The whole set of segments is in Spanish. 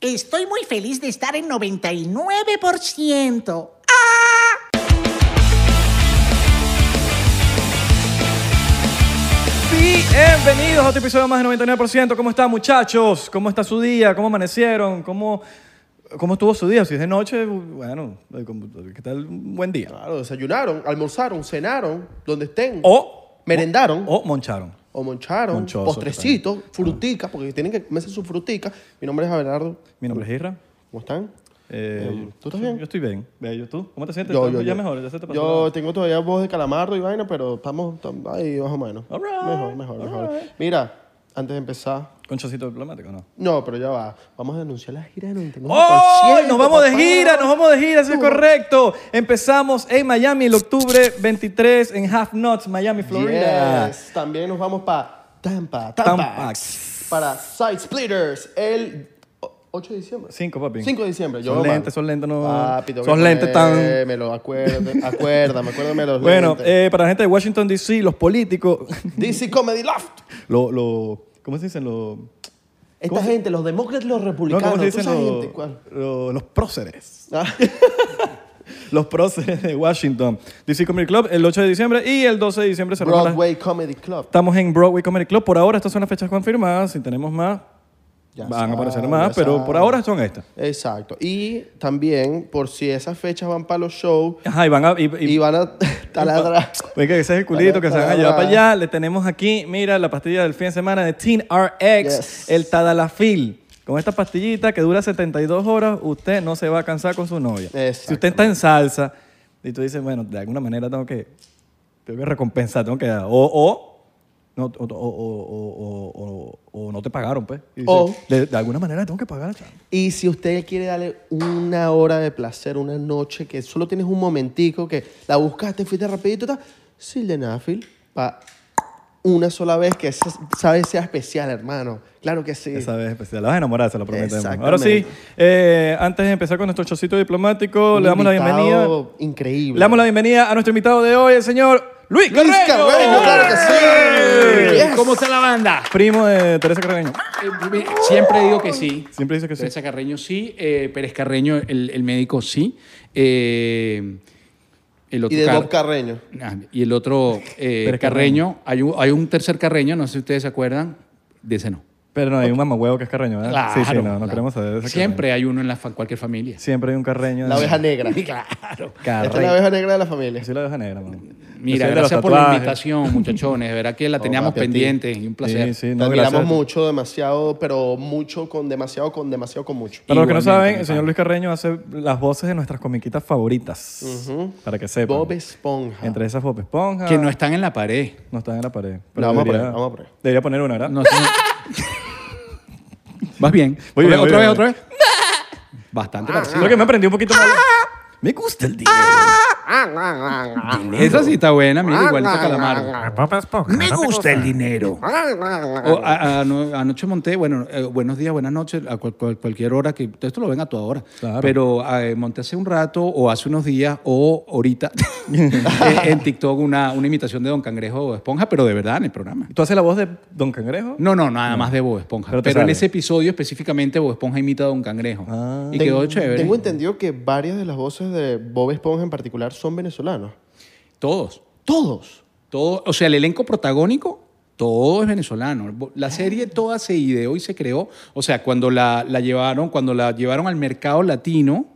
Estoy muy feliz de estar en 99%. Bienvenidos a otro episodio más de 99%. ¿Cómo están, muchachos? ¿Cómo está su día? ¿Cómo amanecieron? ¿Cómo, cómo estuvo su día? Si es de noche, bueno, ¿qué tal? Un buen día. Claro, desayunaron, almorzaron, cenaron, donde estén. O. Merendaron. O, o moncharon. O moncharon, Monchoso, postrecitos, fruticas, porque tienen que comerse sus fruticas. Mi nombre es Abelardo. Mi nombre es Isra. ¿Cómo están? Eh, Em, ¿Tú estás bien? Yo estoy bien. Bello, ¿tú? ¿Cómo te sientes? ¿Estás ya mejor, ya se te pasó. yo la- tengo todavía voz de calamardo y vaina, pero estamos tam- ahí más o menos. All right, Mejor, mejor, all mejor. right. Mira, antes de empezar. Con chocito diplomático, ¿no? No, pero ya va. Vamos a denunciar la gira de 99%. ¡Oh! Nos vamos de papá. Uh. gira, nos vamos de gira, eso es No. correcto. Empezamos en Miami el octubre 23 en Half Nuts, Miami, Florida. Yes. También nos vamos para Tampa, Tampa. Tampax. Para Side Splitters el o- 8 de diciembre. 5, papi. 5 de diciembre. Yo Son man. lentes, son lentes, no- Papi, tengo son que lentes tan- ponérmelo, acuérdate, acuérdame, acuérdame los Bueno, lentes. eh, para la gente de Washington, D.C., los políticos, DC Comedy Loft. lo, lo, ¿cómo se dicen? Los Esta gente, los demócratas y los no, republicanos, ¿cómo se ¿tú dicen? sabes Lo- gente cuál? lo- los próceres. Ah, Los próceres de Washington. DC Comedy Club el 8 de diciembre y el 12 de diciembre cerramos las- Broadway Comedy Club. Estamos en Broadway Comedy Club. Por ahora estas son las fechas confirmadas. Si tenemos más, Ya van a aparecer saben, más, ya pero saben. por ahora son estas. Exacto. Y también, por si esas fechas van para los shows Ajá, y van a... Y, y- y van a taladrar. Venga, ese es el culito que se van a llevar para allá. Le tenemos aquí, mira, la pastilla del fin de semana de Teen RX, Yes. el Tadalafil. Con esta pastillita que dura 72 horas, usted no se va a cansar con su novia. Exactamente. Si usted está en salsa y tú dices, bueno, de alguna manera tengo que, tengo que recompensar, tengo que dar. O, o, no, o, o, o- o- o- o no te pagaron, pues. Y dices, O- de, de alguna manera tengo que pagar. chamo. Y si usted quiere darle una hora de placer, una noche que solo tienes un momentico, que la buscaste, fuiste rapidito, tal, sildenafil, para una sola vez que esa sabes sea especial, hermano. Claro que sí. Esa vez especial. La vas a enamorar, se lo prometemos. Exactamente. Ahora sí, eh, antes de empezar con nuestro chocito diplomático, Un le damos la invitado bienvenida. Increíble. Le damos la bienvenida a nuestro invitado de hoy, el señor Luis Carreño. Luis Carreño, claro que sí. Yes. ¿Cómo está la banda? Primo de Teresa Carreño. Eh, Siempre digo que sí. Siempre dice que sí. Teresa Carreño sí, eh, Pérez Carreño, el, el médico sí. eh, el otro Y de Car- Bob Carreño. Ah, y el otro eh, Pérez Carreño, hay un, hay un tercer Carreño, no sé si ustedes se acuerdan, de ese no. Pero no, hay un mamahuevo que es Carreño, ¿verdad? Claro, sí, sí, no, no claro. queremos saber de ese Siempre hay uno en la fa- cualquier familia. Carreño. Siempre hay un Carreño. La oveja negra. Esta Claro. es la Carreño. oveja negra de la familia. Yo soy la oveja negra, mano. Mira, gracias por la invitación, muchachones. De verdad que la teníamos papi, a ti. pendiente y un placer. Sí, sí, Te no, admiramos gracias. mucho, demasiado, pero mucho con demasiado, con demasiado, con mucho. Para los que no Igualmente, saben, mi el señor pana. Luis Carreño hace las voces de nuestras comiquitas favoritas. Para que sepan. Bob Esponja. Entre esas Bob Esponja. Que no están en la pared. No están en la pared. La vamos a poner, vamos a poner. Debería poner una, ¿verdad? No, sí, no. Vas bien. Muy bien, otra muy vez, bien. otra vez. Bastante Creo parecido. que me aprendí un poquito más. Ah. Me gusta el dinero. Esa sí está buena, mira, igualito a Calamar. Me gusta el dinero. O, a- a- ano- anoche monté, bueno, eh, buenos días, buenas noches, a cual- cual- cualquier hora, que esto lo ven a toda hora. Claro. Pero eh, monté hace un rato, o hace unos días, o ahorita, eh, en TikTok una, una imitación de Don Cangrejo o Esponja, pero de verdad en el programa. ¿Tú haces la voz de Don Cangrejo? No, no, nada más de Bob Esponja. Pero Pero, te en sale. Ah. ese episodio específicamente Bob Esponja imita a Don Cangrejo. y Ten- quedó chévere. Tengo entendido que varias de las voces de Bob Esponja en particular son venezolanos. Todos. Todos. Todo, o sea, el elenco protagónico, todo es venezolano. Bo- La serie toda se ideó y se creó. O sea, cuando la, la llevaron, cuando la llevaron al mercado latino,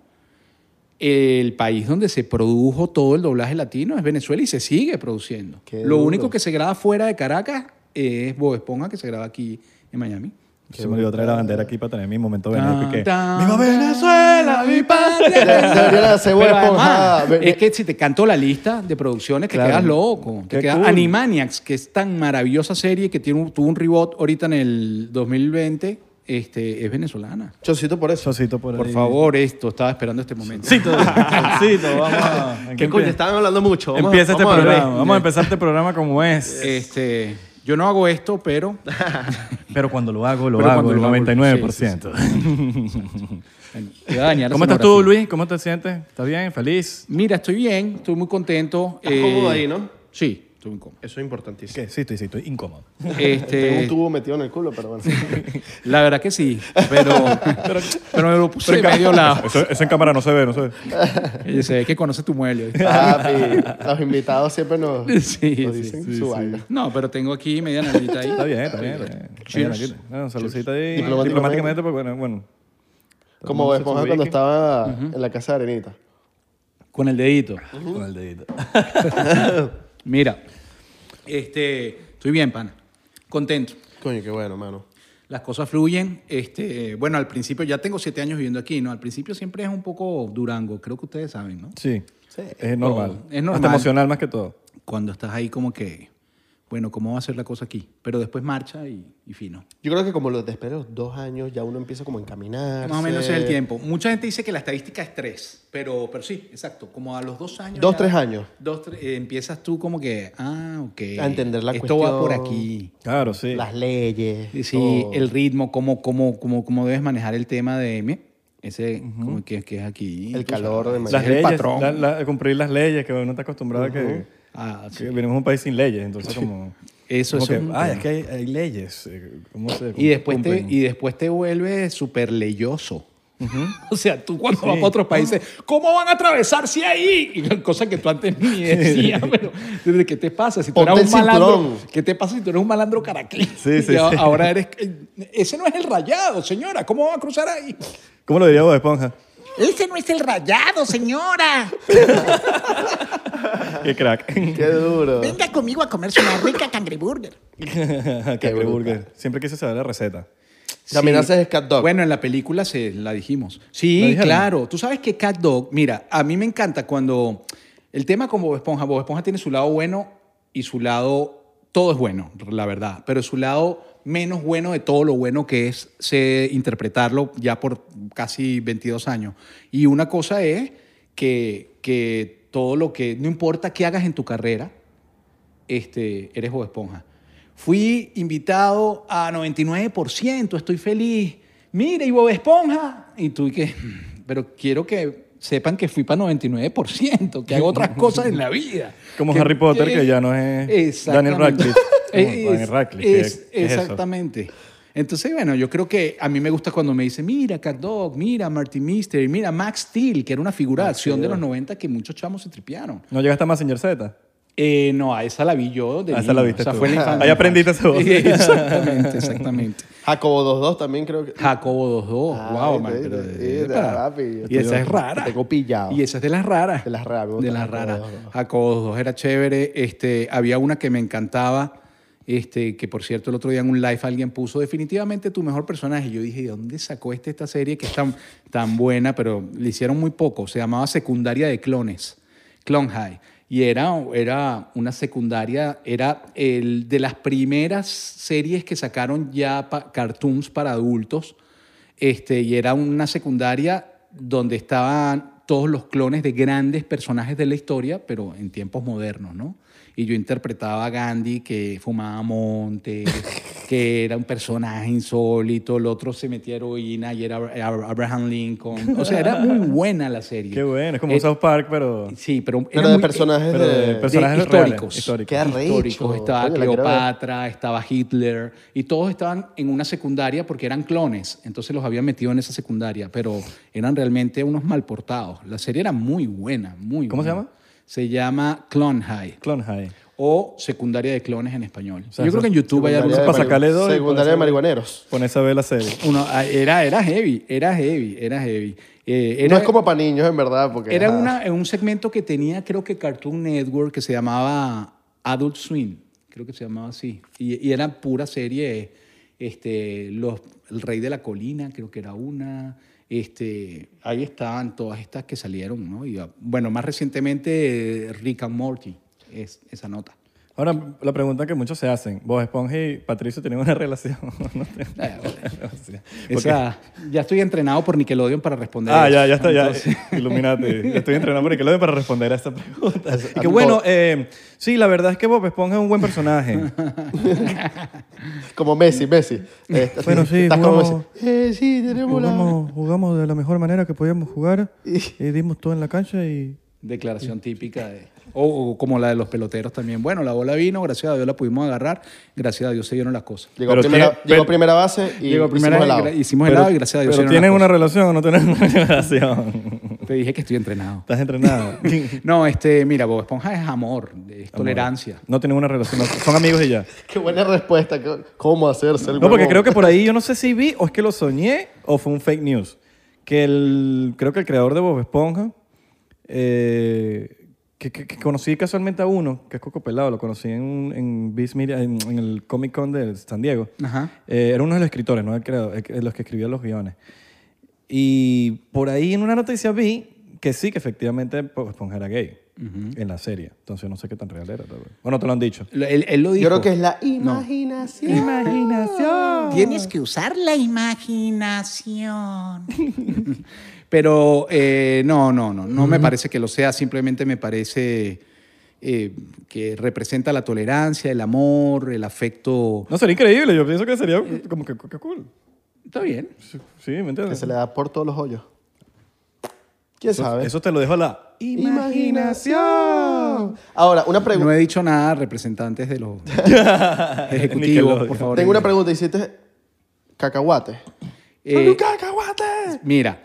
el país donde se produjo todo el doblaje latino es Venezuela y se sigue produciendo. Qué Lo duro. único que se graba fuera de Caracas es Bob Esponja, que se graba aquí en Miami. Se me olvidó traer la bandera aquí para tener mi momento benéfico y que... Tan, ¡Viva tan, Venezuela, mi patria! Deberían hacer Bob Pero Esponja. además, Ve- es que si te canto la lista de producciones, te Claro. quedas loco. Te Qué quedas cool. Animaniacs, que es tan maravillosa serie que tiene un- tuvo un reboot ahorita en el 2020, este, es venezolana. Chocito por eso. Chocito por ahí. Por favor, esto, estaba esperando este momento. Chocito, chocito, vamos a... ¿Qué coño? Estaban hablando mucho. Vamos a- Empieza este vamos a programa. ver. Vamos a empezar este programa como es. Este, yo no hago esto, pero Pero cuando lo hago, lo Pero hago cuando el lo hago, 99%. bueno, te va a dañar la ¿Cómo estás tú, sonografía. Luis? ¿Cómo te sientes? ¿Estás bien? ¿Feliz? Mira, estoy bien, estoy muy contento. eh, Estás cómodo ahí, ¿no? Sí, Estuve en coma. Eh, Eso es importantísimo. ¿Qué? Sí, estoy, sí, estoy incómodo. Tengo un Este, tubo metido en el culo, pero bueno. la verdad que sí, pero, pero, me lo puse en ca- medio lado. Eso, eso en cámara no se ve, no se ve. Ella se ve que conoce tu mueble. ¿oíste? Ah, Papi, los invitados siempre nos, Sí, sí, nos dicen sí, su sí. vaina. No, pero tengo aquí media narita ahí. Está bien, está bien. está bien. Cheers. Tranquilo. No, saludcita ahí. Diplomáticamente. Diplomáticamente, pues bueno, bueno. Como Bob se ¿eh? Esponja ubique. cuando estaba en la casa de Arenita. Con el dedito. Con el dedito. Mira, este, estoy bien, pana. Contento. Coño, qué bueno, mano. Las cosas fluyen. Este, bueno, al principio, ya tengo siete años viviendo aquí, ¿no? Al principio siempre es un poco Durango, creo que ustedes saben, ¿no? Sí. Oh, Es normal. Es normal. Hasta emocional más que todo. Cuando estás ahí como que, bueno, ¿cómo va a ser la cosa aquí? Pero después marcha y, y fino. Yo creo que como los después de los dos años ya uno empieza como a encaminar. Más o menos ese es el tiempo. Mucha gente dice que la estadística es tres, pero, pero sí, exacto. Como a los dos años. Dos, tres años. Dos, tres, eh, empiezas tú como que, ah, ok. A entender la Esto va por cuestión. Oh. aquí. Claro, sí. Las leyes. Sí, todo. el ritmo, cómo, cómo, cómo, cómo debes manejar el tema de M. Ese, como que, que es aquí. El tú calor de sabes, Las es el leyes. patrón. la- la- cumplir las leyes, que uno está acostumbrado a que, Ah, que sí. venimos a un país sin leyes. Entonces, como. Eso como eso que, es un Ah, tema. es que hay, hay leyes. eh, ¿Cómo se Y después, te, cumplen? y después te vuelves súper leyoso. O sea, tú cuando vas para otros países, ¿cómo van a atravesarse ahí? Y cosa que tú antes ni decías, pero desde, ¿qué te pasa? Si tú Ponte eras un el malandro, cinturón. ¿qué te pasa si tú eres un malandro caraquí? Sí, sí, Y a- sí. Ahora eres, eh, ese no es el rayado, señora, ¿cómo van a cruzar ahí? ¿Cómo lo diría vos, Esponja? Ese no es el rayado, señora. Qué crack. Qué duro. Venga conmigo a comerse una rica cangreburger. Qué burger. Siempre quise saber la receta. También Sí. haces cat dog. Bueno, en la película se la dijimos. ¿La Sí, dijeron? claro. Tú sabes que Cat Dog, mira, a mí me encanta cuando el tema con Bob Esponja, Bob Esponja tiene su lado bueno y su lado, todo es bueno, la verdad, pero su lado menos bueno de todo lo bueno que es sé interpretarlo ya por casi 22 años. Y una cosa es que, que todo lo que, no importa qué hagas en tu carrera, este, eres Bob Esponja. Fui invitado a 99%, estoy feliz. Mira, y Bob Esponja. Y tú, ¿y qué? Pero quiero que sepan que fui para 99%, que hago otras cosas en la vida. Como Harry Potter, que ya no es Daniel Exactamente. Radcliffe. Como Es- Daniel Radcliffe, ¿qué- es- qué es eso? exactamente. Entonces, bueno, yo creo que a mí me gusta cuando me dicen, mira, Cat Dog, mira, Marty Mystery, mira, Max Steel, que era una figura de acción de los 90 que muchos chamos se tripearon. ¿No llegaste a Massinger Z? Eh, no, a esa la vi yo. De A esa niño. la viste O sea, tú. Ah, fue en la infancia. Ahí aprendiste esa voz. Sí, exactamente, exactamente. Jacobo 22 también creo que. Jacobo 2-2. Ay, wow, man. te- eh, pero- te- epa. era rápido. Y esa es rara. Te tengo pillado. Y esa es de las raras. De las raras, me De gusta las Jacobo raras. 2-2. Jacobo 2 era chévere. Este, había una que me encantaba. Este, que por cierto el otro día en un live alguien puso definitivamente tu mejor personaje. Yo dije, ¿de dónde sacó este esta serie que es tan, tan buena? Pero le hicieron muy poco. Se llamaba Secundaria de Clones, Clone High. Y era, era una secundaria, era el, de las primeras series que sacaron ya pa- cartoons para adultos este, y era una secundaria donde estaban todos los clones de grandes personajes de la historia, pero en tiempos modernos, ¿no? Y yo interpretaba a Gandhi que fumaba monte, que era un personaje insólito, el otro se metía heroína y era Abra- Abra- Abraham Lincoln. O sea, era muy buena la serie. Qué bueno, es como Eh, un South Park, pero. Sí, pero, era Pero de muy- personajes pero de. de personajes de reales, históricos. históricos. Qué arrecho. históricos. Estaba Oye, la quiero ver. Cleopatra, estaba Hitler, y todos estaban en una secundaria porque eran clones. Entonces los habían metido en esa secundaria, pero eran realmente unos malportados. La serie era muy buena, muy ¿Cómo se buena. llama? Se llama Clone High Clone High. o Secundaria de Clones en español. sea, Yo creo que en YouTube hay Secundaria algunos de para marihu- sacarle dos y Secundaria de para- marihuaneros. Pones a ver la serie. uno- ah, era, era heavy, era heavy, era heavy. Eh, era, No es como para niños, en verdad, porque. Era ajá. una, un segmento que tenía, creo que Cartoon Network, que se llamaba Adult Swim, creo que se llamaba así. Y, y era pura serie, este, los, El Rey de la Colina, creo que era una. Este, ahí estaban todas estas que salieron, ¿no? Y, ah, bueno, más recientemente eh, Rick and Morty, es, esa nota. Ahora, la pregunta que muchos se hacen: ¿Vos, Esponja y Patricio tienen una relación? No tienen Eh, una relación. Esa, ya estoy entrenado por Nickelodeon para responder Ah, eso. ya, ya está, ya. Entonces- Iluminate. Ya Estoy entrenando por Nickelodeon para responder a esta pregunta. Y que a- bueno, eh, sí, la verdad es que Bob Esponja es un buen personaje. Como Messi, Messi. Mm. Eh, Bueno, sí, Estás como Messi. jugamos- Eh, sí, tenemos la. Jugamos, jugamos de la mejor manera que podíamos jugar. Y dimos todo en la cancha y. Declaración típica de... O, o como la de los peloteros también. Bueno, la bola vino, gracias a Dios la pudimos agarrar, gracias a Dios se dieron las cosas. Llegó, Pero primera, tiene- llegó pero- primera base y Llegó primera hicimos y helado. gra- hicimos helado y gracias a Dios Pero se tienes dieron una las relación o no tienes una relación. cosas. Te dije que estoy entrenado. Estás entrenado. No, este, mira, Bob Esponja es amor, es tolerancia. No tienen una relación. no- Son amigos y ya. Qué buena respuesta. qué- ¿Cómo hacerse el No, porque huevón. creo que por ahí yo no sé si vi o es que lo soñé o fue un fake news. Que el, creo que el creador de Bob Esponja, eh, que, que- que conocí casualmente a uno, que es Coco Pelado, lo conocí en, en Viz Media- en, en el Comic Con de San Diego. Ajá. Eh, era uno de los escritores, no el creador, el que- los que escribían los guiones. Y por ahí en una noticia vi que sí, que efectivamente Bob Esponja era gay en la serie. Entonces no sé qué tan real era. tal vez. Bueno, te lo han dicho. Lo- Él, él lo dijo. Yo creo que es la imaginación. Imaginación. Tienes que usar la imaginación. Pero eh, no, no, no, no me parece que lo sea, simplemente me parece eh, que representa la tolerancia, el amor, el afecto. No, sería increíble. Yo pienso que sería como que, que cool. Está bien. Sí, sí, ¿me Que entiendes? se le da por todos los hoyos. ¿Quién eso, sabe? eso te lo dejo a la imaginación. Ah. Ahora, una pregunta. No he dicho nada, representantes de los ejecutivos, Nickelodeon. por favor. Tengo una pregunta. ¿Hiciste cacahuate? Eh, Mira,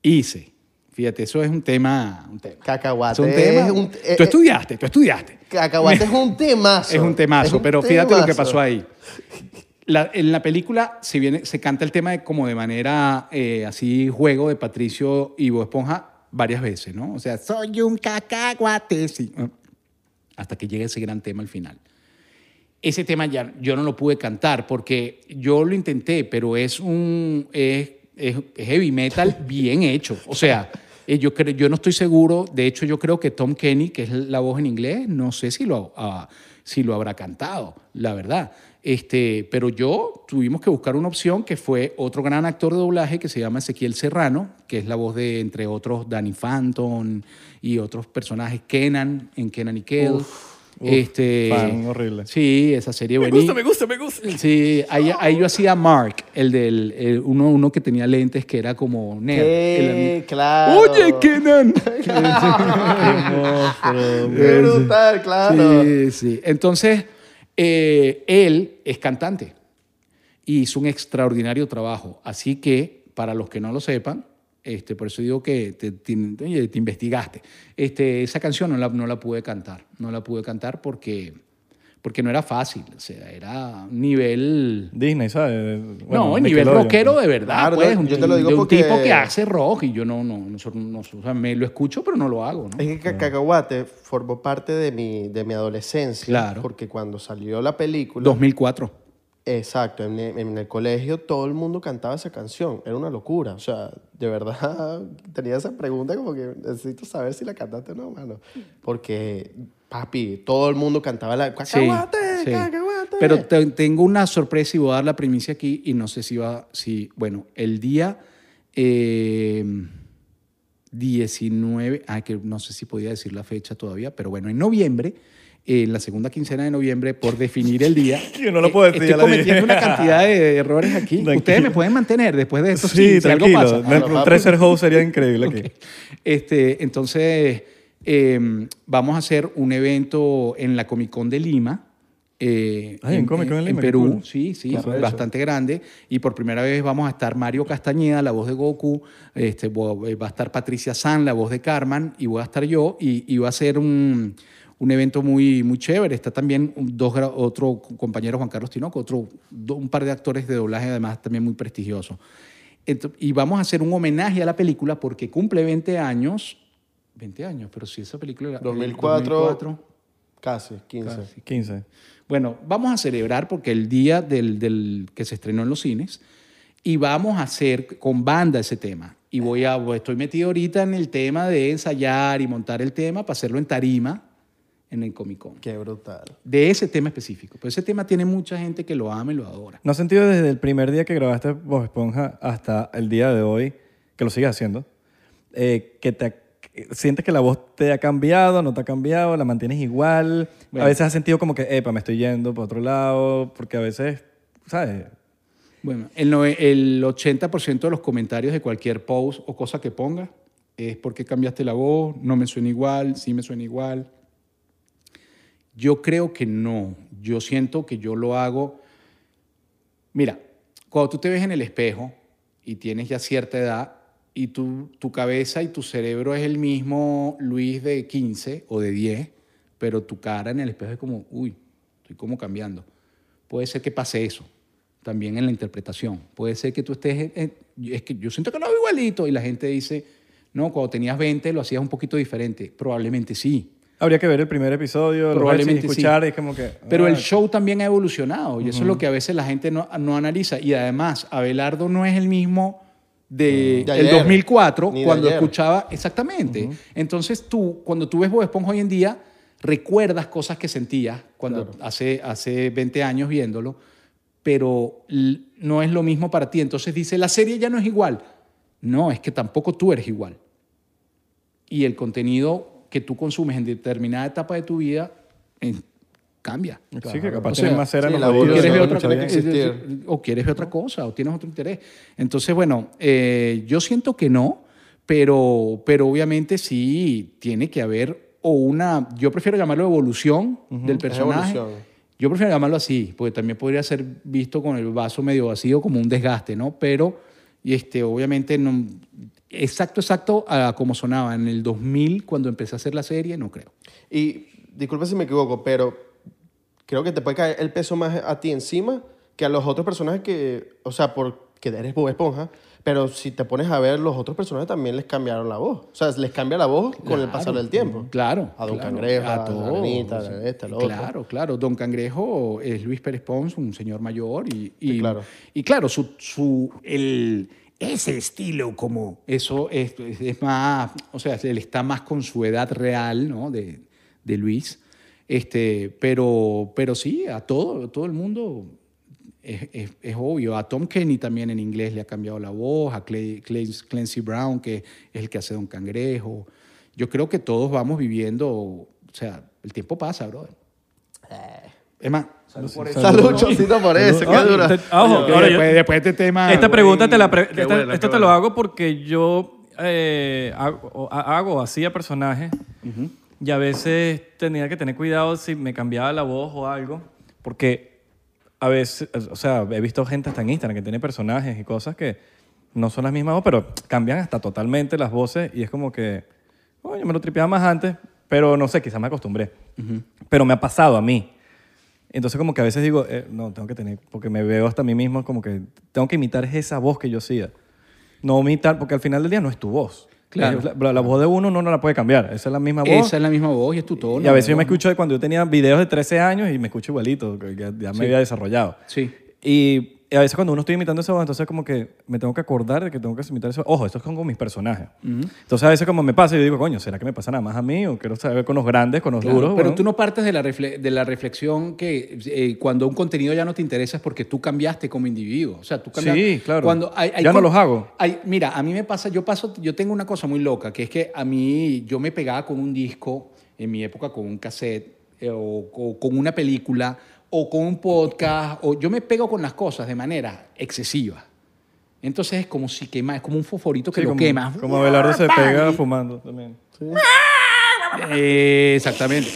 hice. Fíjate, eso es un tema. Un tema. Cacahuate. Es un tema. es un- eh, tú eh, estudiaste, tú estudiaste. Cacahuate es un temazo. Es un temazo, Es un pero fíjate lo que temazo. pasó ahí. La- en la película se, viene, se canta el tema de, como de manera eh, así, juego de Patricio y Bob Esponja varias veces, ¿no? O sea, Soy un cacahuate. sí, eh, hasta que llegue ese gran tema al final. Ese tema ya yo no lo pude cantar porque yo lo intenté, pero es un es, es- es heavy metal bien hecho. O sea, eh, yo, creo, yo no estoy seguro. De hecho, yo creo que Tom Kenny, que es la voz en inglés, no sé si lo, ah, si lo habrá cantado, la verdad. Este, pero yo tuvimos que buscar una opción que fue otro gran actor de doblaje que se llama Ezequiel Serrano, que es la voz de, entre otros, Danny Phantom y otros personajes, Kenan, en Kenan y Kel. este, fan horrible. Sí, esa serie Me gusta, me gusta, me gusta. Sí, ahí, ahí yo hacía Mark, el del el- uno, uno que tenía lentes que era como nerd. Eh, el- claro. Oye, Kenan. Qué brutal, claro. Sí, sí. Entonces, eh, él es cantante y hizo un extraordinario trabajo. Así que, para los que no lo sepan, este, por eso digo que te, te- oye, te investigaste. Este, esa canción no la, no la pude cantar. No la pude cantar porque, porque no era fácil. O sea, era nivel... Disney, ¿sabes? Bueno, no, el nivel Nickelodeon. rockero de verdad. Claro, pues, yo un, te lo digo de un porque- tipo que hace rock y yo no, no, no, so- no so- o sea, me lo escucho, pero no lo hago. ¿no? Es que ca- Cacahuate formó parte de mi, de mi adolescencia. Claro. Porque cuando salió la película. 2004. Exacto, en el, en el colegio todo el mundo cantaba esa canción, era una locura, o sea, de verdad tenía esa pregunta como que necesito saber si la cantaste o no, mano, porque papi, todo el mundo cantaba la cacahuate, sí. Ah, cacahuate. Pero te- tengo una sorpresa y voy a dar la primicia aquí y no sé si va, si, bueno, el día eh, 19, ah, que no sé si podía decir la fecha todavía, pero bueno, en noviembre, eh, en la segunda quincena de noviembre, por definir el día. eh, Yo no lo puedo decir, ya Estoy la dije. cometiendo una cantidad de errores aquí. Tranquilo. Ustedes me pueden mantener después de esto. si- Sí, si algo pasa. tranquilo. Me- Claro, Un papi. treasure house sería increíble aquí. Este, entonces, eh, vamos a hacer un evento en la Comic Con de Lima. eh, Ay, en Comic Con de Lima, qué Perú, cool. sí, sí, Qué arrecho. bastante grande. Y por primera vez vamos a estar Mario Castañeda, la voz de Goku, este, vo- va a estar Patricia San, la voz de Carmen, y voy a estar yo. Y, y va a ser un, un evento muy, muy chévere. Está también un- dos, gra- otro compañero, Juan Carlos Tinoco, otro, do- un par de actores de doblaje, además también muy prestigiosos. Ento- y vamos a hacer un homenaje a la película porque cumple 20 años. 20 años, pero si esa película era. 2004. Casi, 15. Ah, Casi. 15. Bueno, vamos a celebrar porque el día del, del que se estrenó en los cines y vamos a hacer con banda ese tema. Y voy a, estoy metido ahorita en el tema de ensayar y montar el tema para hacerlo en tarima en el Comic Con. Qué brutal. De ese tema específico. Pero ese tema tiene mucha gente que lo ama y lo adora. ¿No has sentido desde el primer día que grabaste Bob Esponja hasta el día de hoy, que lo sigues haciendo, eh, que te ha- que sientes que la voz te ha cambiado, no te ha cambiado, la mantienes igual? Bueno. A veces has sentido como que, epa, me estoy yendo para otro lado, porque a veces, ¿sabes? Bueno, el, nove- el 80% de los comentarios de cualquier post o cosa que ponga es por qué cambiaste la voz, no me suena igual, sí me suena igual. Yo creo que no, yo siento que yo lo hago. Mira, cuando tú te ves en el espejo y tienes ya cierta edad y tu, tu cabeza y tu cerebro es el mismo Luis de 15 o de 10, pero tu cara en el espejo es como, uy, estoy como cambiando. Puede ser que pase eso también en la interpretación. Puede ser que tú estés, en- en- es que yo siento que lo hago igualito y la gente dice, no, cuando tenías 20 lo hacías un poquito diferente. Probablemente sí. Habría que ver el primer episodio, lo voy a Probablemente sí. escuchar y es como que... Pero ah, el show también ha evolucionado y eso es lo que a veces la gente no, no analiza. Y además, Abelardo no es el mismo de, De el ayer. 2004 Ni de cuando ayer. escuchaba exactamente. Entonces tú, cuando tú ves Bob Esponja hoy en día, recuerdas cosas que sentías cuando hace, hace 20 años viéndolo, pero l- no es lo mismo para ti. Entonces dice, la serie ya no es igual. No, es que tampoco tú eres igual y el contenido que tú consumes en determinada etapa de tu vida eh, cambia. Sí, que capaz O tiene sea, más cera sí, en la los O Pero oídos, quieres, eso ver no otra, escucha tiene bien. que existir. o quieres ver otra cosa, o tienes otro interés. Entonces, bueno, eh, yo siento que no, pero, pero obviamente sí tiene que haber o una, yo prefiero llamarlo evolución del personaje. evolución. Yo prefiero llamarlo así, porque también podría ser visto con el vaso medio vacío como un desgaste, ¿no? Pero, y este, obviamente, no, exacto, exacto, a como sonaba en el 2000 cuando empecé a hacer la serie, no creo. Y disculpa si me equivoco, pero creo que te puede caer el peso más a ti encima que a los otros personajes que, o sea, porque eres Bob Esponja, pero si te pones a ver, los otros personajes también les cambiaron la voz. O sea, les cambia la voz con el Claro, pasar del tiempo. Claro. A Don claro, Cangrejo, a, todos, la Nenita, a este, sí. la esta, a la otra. Claro, claro. Don Cangrejo es Luis Pérez Pons, un señor mayor. Y, y- Sí, claro. Y claro, su, su- el, Ese estilo como... eso es, es- es más, o sea, él está más con su edad real, ¿no? De, de Luis. Este, pero, pero sí, a todo, todo el mundo es, es- es obvio. A Tom Kenny también en inglés le ha cambiado la voz, a Clay- Clay- Clancy Brown, que es el que hace Don Cangrejo. Yo creo que todos vamos viviendo, o sea, el tiempo pasa, brother. Es más, Salud, chocito, por eso, Ah, qué dura. te- ah, ojo, que Ahora yo- después, después de este tema... Esta pregunta te la pre- Mm, Qué esta- buena, esto qué te lo buena. hago porque yo eh, hago, o- ha- hago así a personajes y a veces tenía que tener cuidado si me cambiaba la voz o algo porque a veces, o sea, he visto gente hasta en Instagram que tiene personajes y cosas que no son las mismas voces, pero cambian hasta totalmente las voces y es como que, oye, me lo tripeaba más antes, pero no sé, quizás me acostumbré. Pero me ha pasado a mí. Entonces como que a veces digo, eh, no, tengo que tener, porque me veo hasta a mí mismo como que tengo que imitar esa voz que yo hacía. No imitar, porque al final del día no es tu voz. Claro. Eh, La, la- la voz de uno no, no la puede cambiar. Esa es la misma voz. Esa es la misma voz y es tu tono. y a veces yo me ¿no? escucho de cuando yo tenía videos de 13 años y me escucho igualito, que ya, ya me había desarrollado. Sí. Y a veces cuando uno estoy imitando esa voz, entonces como que me tengo que acordar de que tengo que imitar esa voz. Ojo, esto es con mis personajes. Entonces a veces como me pasa, yo digo, coño, ¿será que me pasa nada más a mí? O quiero saber con los grandes, con los Claro, duros. pero weón? tú no partes de la, refle- de la reflexión que eh, cuando un contenido ya no te interesa es porque tú cambiaste como individuo. O sea, tú cambiaste. Sí, claro. Cuando hay- hay Ya no con- los hago. hay- mira, a mí me pasa, yo paso, yo tengo una cosa muy loca, que es que a mí yo me pegaba con un disco en mi época, con un cassette eh, o, o con una película o con un podcast. O yo me pego con las cosas de manera excesiva. Entonces es como si quema, es como un fosforito que Sí, lo como, quemas. Como Abelardo se pega fumando también. Eh, exactamente.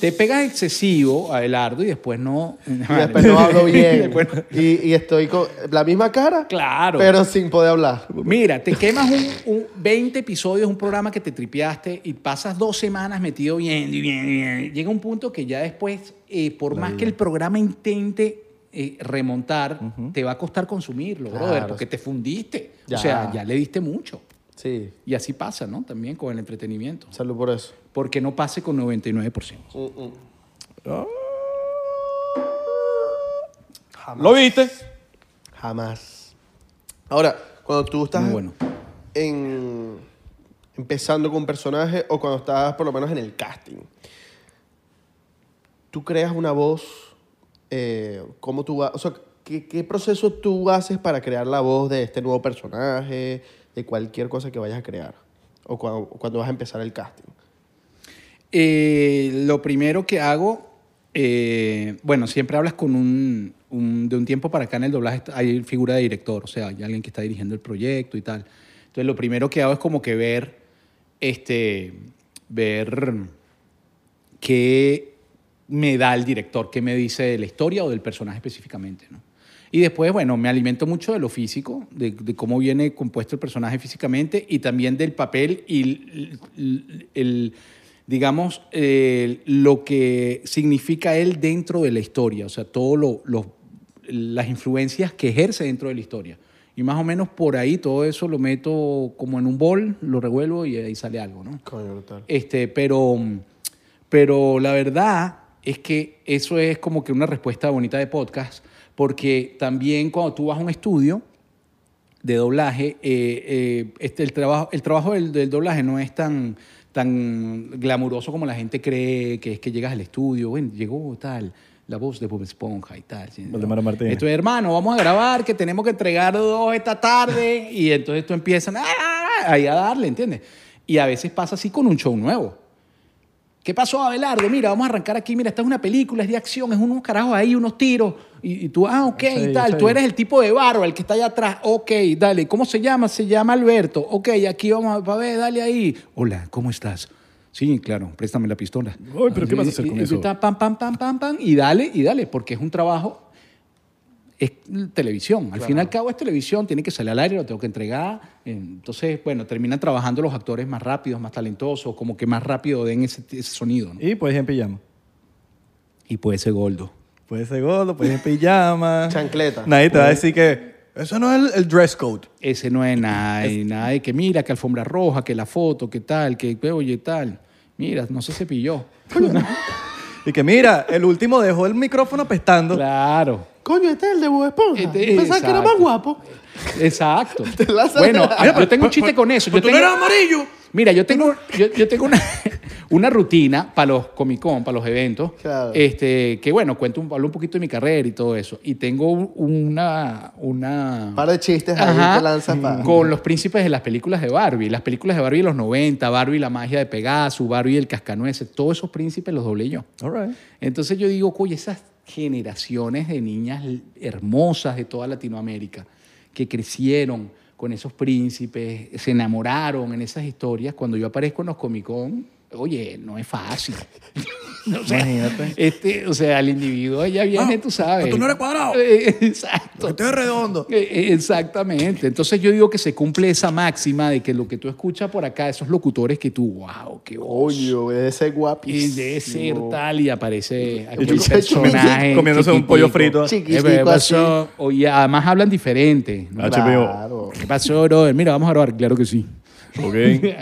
Te pegas excesivo, Abelardo, y después no. Y después no hablo bien. Después no. y, y estoy con la misma cara, Claro. pero sin poder hablar. Mira, te quemas un, un 20 episodios, un programa que te tripeaste y pasas dos semanas metido bien, y bien, y bien. Llega un punto que ya después, eh, por más que el programa intente eh, remontar, te va a costar consumirlo, brother, Claro. porque te fundiste. Ya. O sea, ya le diste mucho. Sí, Y así pasa, ¿no? También con el entretenimiento. salud por eso. Porque no pase con 99%. ¿Lo viste? Jamás. Ahora, cuando tú estás Muy bueno. en, empezando con un personaje o cuando estás por lo menos en el casting, tú creas una voz, eh, ¿cómo tú vas? O sea, ¿qué, qué proceso tú haces para crear la voz de este nuevo personaje, de cualquier cosa que vayas a crear? O cuando, cuando vas a empezar el casting. Eh, lo primero que hago, eh, bueno, siempre hablas con un, un- de un tiempo para acá en el doblaje hay figura de director, o sea, hay alguien que está dirigiendo el proyecto y tal. Entonces, lo primero que hago es como que ver este, ver qué me da el director, qué me dice de la historia o del personaje específicamente. ¿no? Y después, bueno, me alimento mucho de lo físico, de, de cómo viene compuesto el personaje físicamente y también del papel y el, el- el- digamos, eh, lo que significa él dentro de la historia, o sea, todas las influencias que ejerce dentro de la historia. Y más o menos por ahí todo eso lo meto como en un bol, lo revuelvo y ahí sale algo, ¿no? Coño, brutal. Este, pero, pero la verdad es que eso es como que una respuesta bonita de podcast, porque también cuando tú vas a un estudio de doblaje, eh, eh, este, el trabajo, el trabajo del, del doblaje no es tan, tan glamuroso como la gente cree, que es que llegas al estudio, bueno, llegó tal, la voz de Bob Esponja y tal. ¿sí? Valdemar Martínez. Esto es, hermano, vamos a grabar, que tenemos que entregar dos esta tarde, y entonces tú empiezas "Ah, ah, ah", ahí a darle, ¿entiendes? Y a veces pasa así con un show nuevo. ¿Qué pasó, Abelardo? Mira, vamos a arrancar aquí. Mira, esta es una película, es de acción, es unos carajos ahí, unos tiros. Y, y tú, ah, ok, Sí, y tal. sí. Tú eres el tipo de barro, el que está allá atrás. Ok, dale. ¿Cómo se llama? Se llama Alberto. Ok, aquí vamos a, a ver, dale ahí. Hola, ¿cómo estás? Sí, claro, préstame la pistola. Ay, pero ¿qué vas a hacer Y- con y tú eso? estás pam, pam, pam, pam, pam. Y dale, y dale, porque es un trabajo es televisión. Al fin y al cabo es televisión, tiene que salir al aire, lo tengo que entregar. Entonces, bueno, terminan trabajando los actores más rápidos, más talentosos, como que más rápido den ese, ese sonido. ¿no? Y puedes ir en pijama. Y puede ser Goldo. Puedes ser gordo, puedes ir en pijama. Chancleta. Nadie te va a decir que eso no es el, el dress code. Ese no es nada, y nada de que mira, que alfombra roja, que la foto, que tal, que que oye tal. Mira, no se cepilló. Y que mira, el último dejó el micrófono apestando. claro. Coño, este es el de Bob Esponja. Este- Pensaba que era exacto. más guapo. Exacto. lanzas- Bueno, Mira, yo tengo un chiste con eso. pues Yo tengo, amarillo. Mira, yo tengo, yo, yo tengo una, una rutina para los Comic Con, para los eventos, Claro. este, que bueno, cuento un, hablo un poquito de mi carrera y todo eso. Y tengo una... una Un par de chistes ahí Ajá. Mm. que lanzas para... Con los príncipes de las películas de Barbie. Las películas de Barbie de los 90, Barbie la magia de Pegaso, Barbie el cascanueces, todos esos príncipes los doblé yo. All right. Entonces yo digo, oye, esas generaciones de niñas l- hermosas de toda Latinoamérica que crecieron con esos príncipes, se enamoraron en esas historias, cuando yo aparezco en los Comic Con, oye, no es fácil. o sea, Imagínate. Ah, Este, o sea, el individuo ya viene, tú sabes. tú no eres cuadrado. Eh, Exacto. Estoy redondo. Eh, eh, Exactamente. Entonces yo digo que se cumple esa máxima de que lo que tú escuchas por acá, esos locutores que tú, wow, qué oye Coño, ese guapísimo. y de ser tal y aparece yo aquel creo- personaje Comiéndose un pollo frito. Eh, Chiquitico ¿qué pasó? Oye, además hablan diferente Ah, ¿no? Claro. ¿qué pasó brother? mira vamos a grabar claro que sí Ok.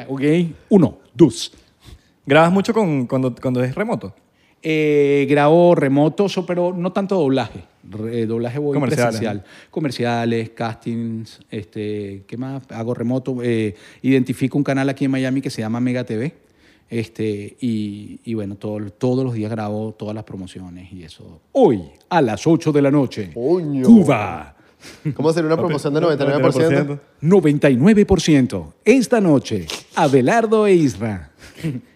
ok uno dos ¿Grabas mucho con, cuando, cuando es remoto? Eh, grabo remoto so- pero no tanto doblaje Re- eh, doblaje voy Comerciales, presencial comerciales castings este ¿qué más? hago remoto eh, identifico un canal aquí en Miami que se llama Mega TV este, y, y bueno, todo- todos los días grabo todas las promociones y eso. Hoy, a las 8 de la noche, Coño. Cuba, ¿Cómo sería una promoción del 99%? 99%. Esta noche, Abelardo e Isra.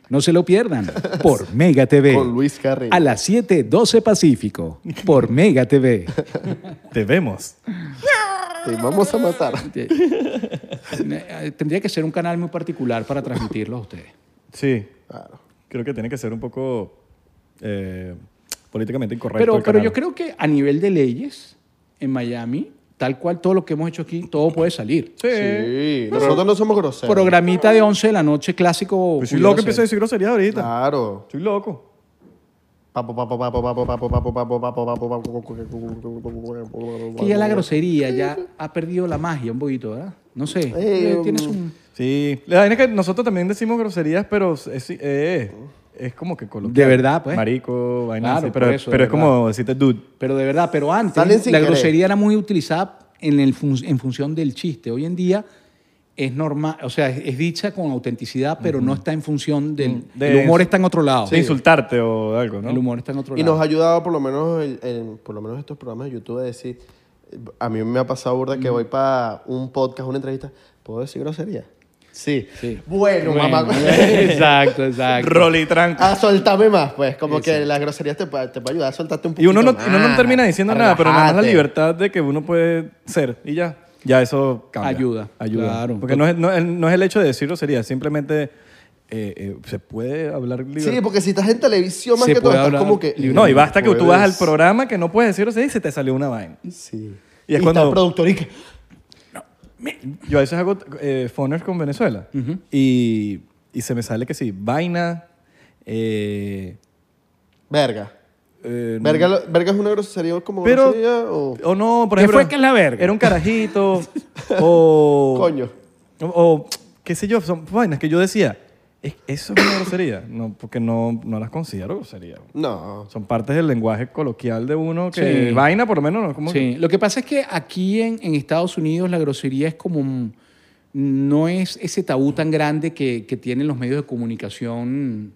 No se lo pierdan por Mega TV. Con Luis Carrillo. A las 7:12 Pacífico por Mega TV. Te vemos. Te vamos a matar. Eh, Tendría que ser un canal muy particular para transmitirlo a ustedes. Sí. Claro. Creo que tiene que ser un poco eh, políticamente incorrecto. Pero, el pero canal. yo creo que a nivel de leyes en Miami, tal cual todo lo que hemos hecho aquí, todo puede salir. Sí. Sí, nosotros no somos groseros. Programita de 11 de la noche clásico. Pues soy pudiera loco ser. empiezo a decir grosería ahorita. Claro. Soy loco. Papo, papo, papo, papo, papo, papo, papo, papo, papo, papo. Que ya la grosería ya ha perdido la magia un poquito, ¿verdad? No sé. Eh, Eh, Tienes un... Sí. La vaina es que nosotros también decimos groserías, pero es, eh, es como que coloquial. De verdad, pues. Marico, vaina Claro, así, Pero, por eso, de pero es verdad. como decirte dude. Pero de verdad, pero antes Salen sin la querer. grosería era muy utilizada en, el fun- en función del chiste. Hoy en día es normal, o sea, es, es dicha con autenticidad, pero no está en función Mm, del... De- el humor está en otro lado. De insultarte o algo, ¿no? Ah, El humor está en otro Y lado. nos ha ayudado por lo menos el- el- por lo menos estos programas de YouTube a decir a mí me ha pasado burda que voy para un podcast, una entrevista, ¿puedo decir grosería? Sí. Sí. Bueno, Bueno, mamá. exacto, exacto. Ah, Rolitranco. a soltarme más, pues, como que las groserías te puede te puede ayudar a soltarte un Y poquito uno no, más, y uno no termina diciendo nada, pero nada más la relájate. libertad de que uno puede ser y ya. ya eso cambia. Ayuda, Ayuda. claro. Porque no es, no, es- no es el hecho de decirlo, sería simplemente eh, eh, se puede hablar libre. Sí, porque si estás en televisión más Se que todo, puede estás hablar como que... libre. no, y basta que tú vas al Puedes. programa que no puedes decirlo, se dice, te salió una vaina. Sí. Y es está cuando- el productor y que- Yo a veces hago eh, phoners con Venezuela y, y se me sale que sí, vaina. eh, Verga. eh, verga. lo- Verga es una grosería como Pero- grosería o... O no, por ¿Qué ejemplo. fue que es la verga? Era un carajito. o. Coño. O, o, qué sé yo, son vainas que yo decía. "Es- Eso es una grosería. No, porque no, no las considero grosería. No. Son partes del lenguaje coloquial de uno que. Sí. Vaina, por lo menos, no es como. Sí, lo que pasa es que aquí en, en Estados Unidos la grosería es como... un- No es ese tabú tan grande que, que tienen los medios de comunicación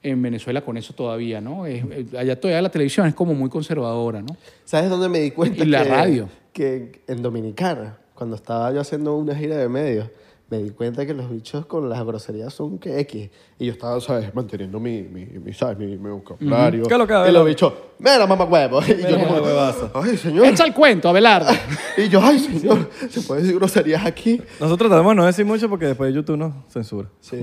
en Venezuela con eso todavía, ¿no? Es- eh, allá todavía la televisión es como muy conservadora, ¿no? ¿Sabes dónde me di cuenta? Y la que, radio. Que en Dominicana, cuando estaba yo haciendo una gira de medios, me di cuenta que los bichos con las groserías son que X. Y yo estaba, ¿sabes? Manteniendo mi, mi, mi, ¿sabes? mi, mi vocabulario. ¿Qué es lo que habla? y los bichos, mira, mamá huevo. Y yo como, ay, señor. Echa el cuento, Abelardo. Y yo, ay, señor, ¿se puede decir groserías aquí? Nosotros tratamos de no decir mucho porque después YouTube nos censura. Sí,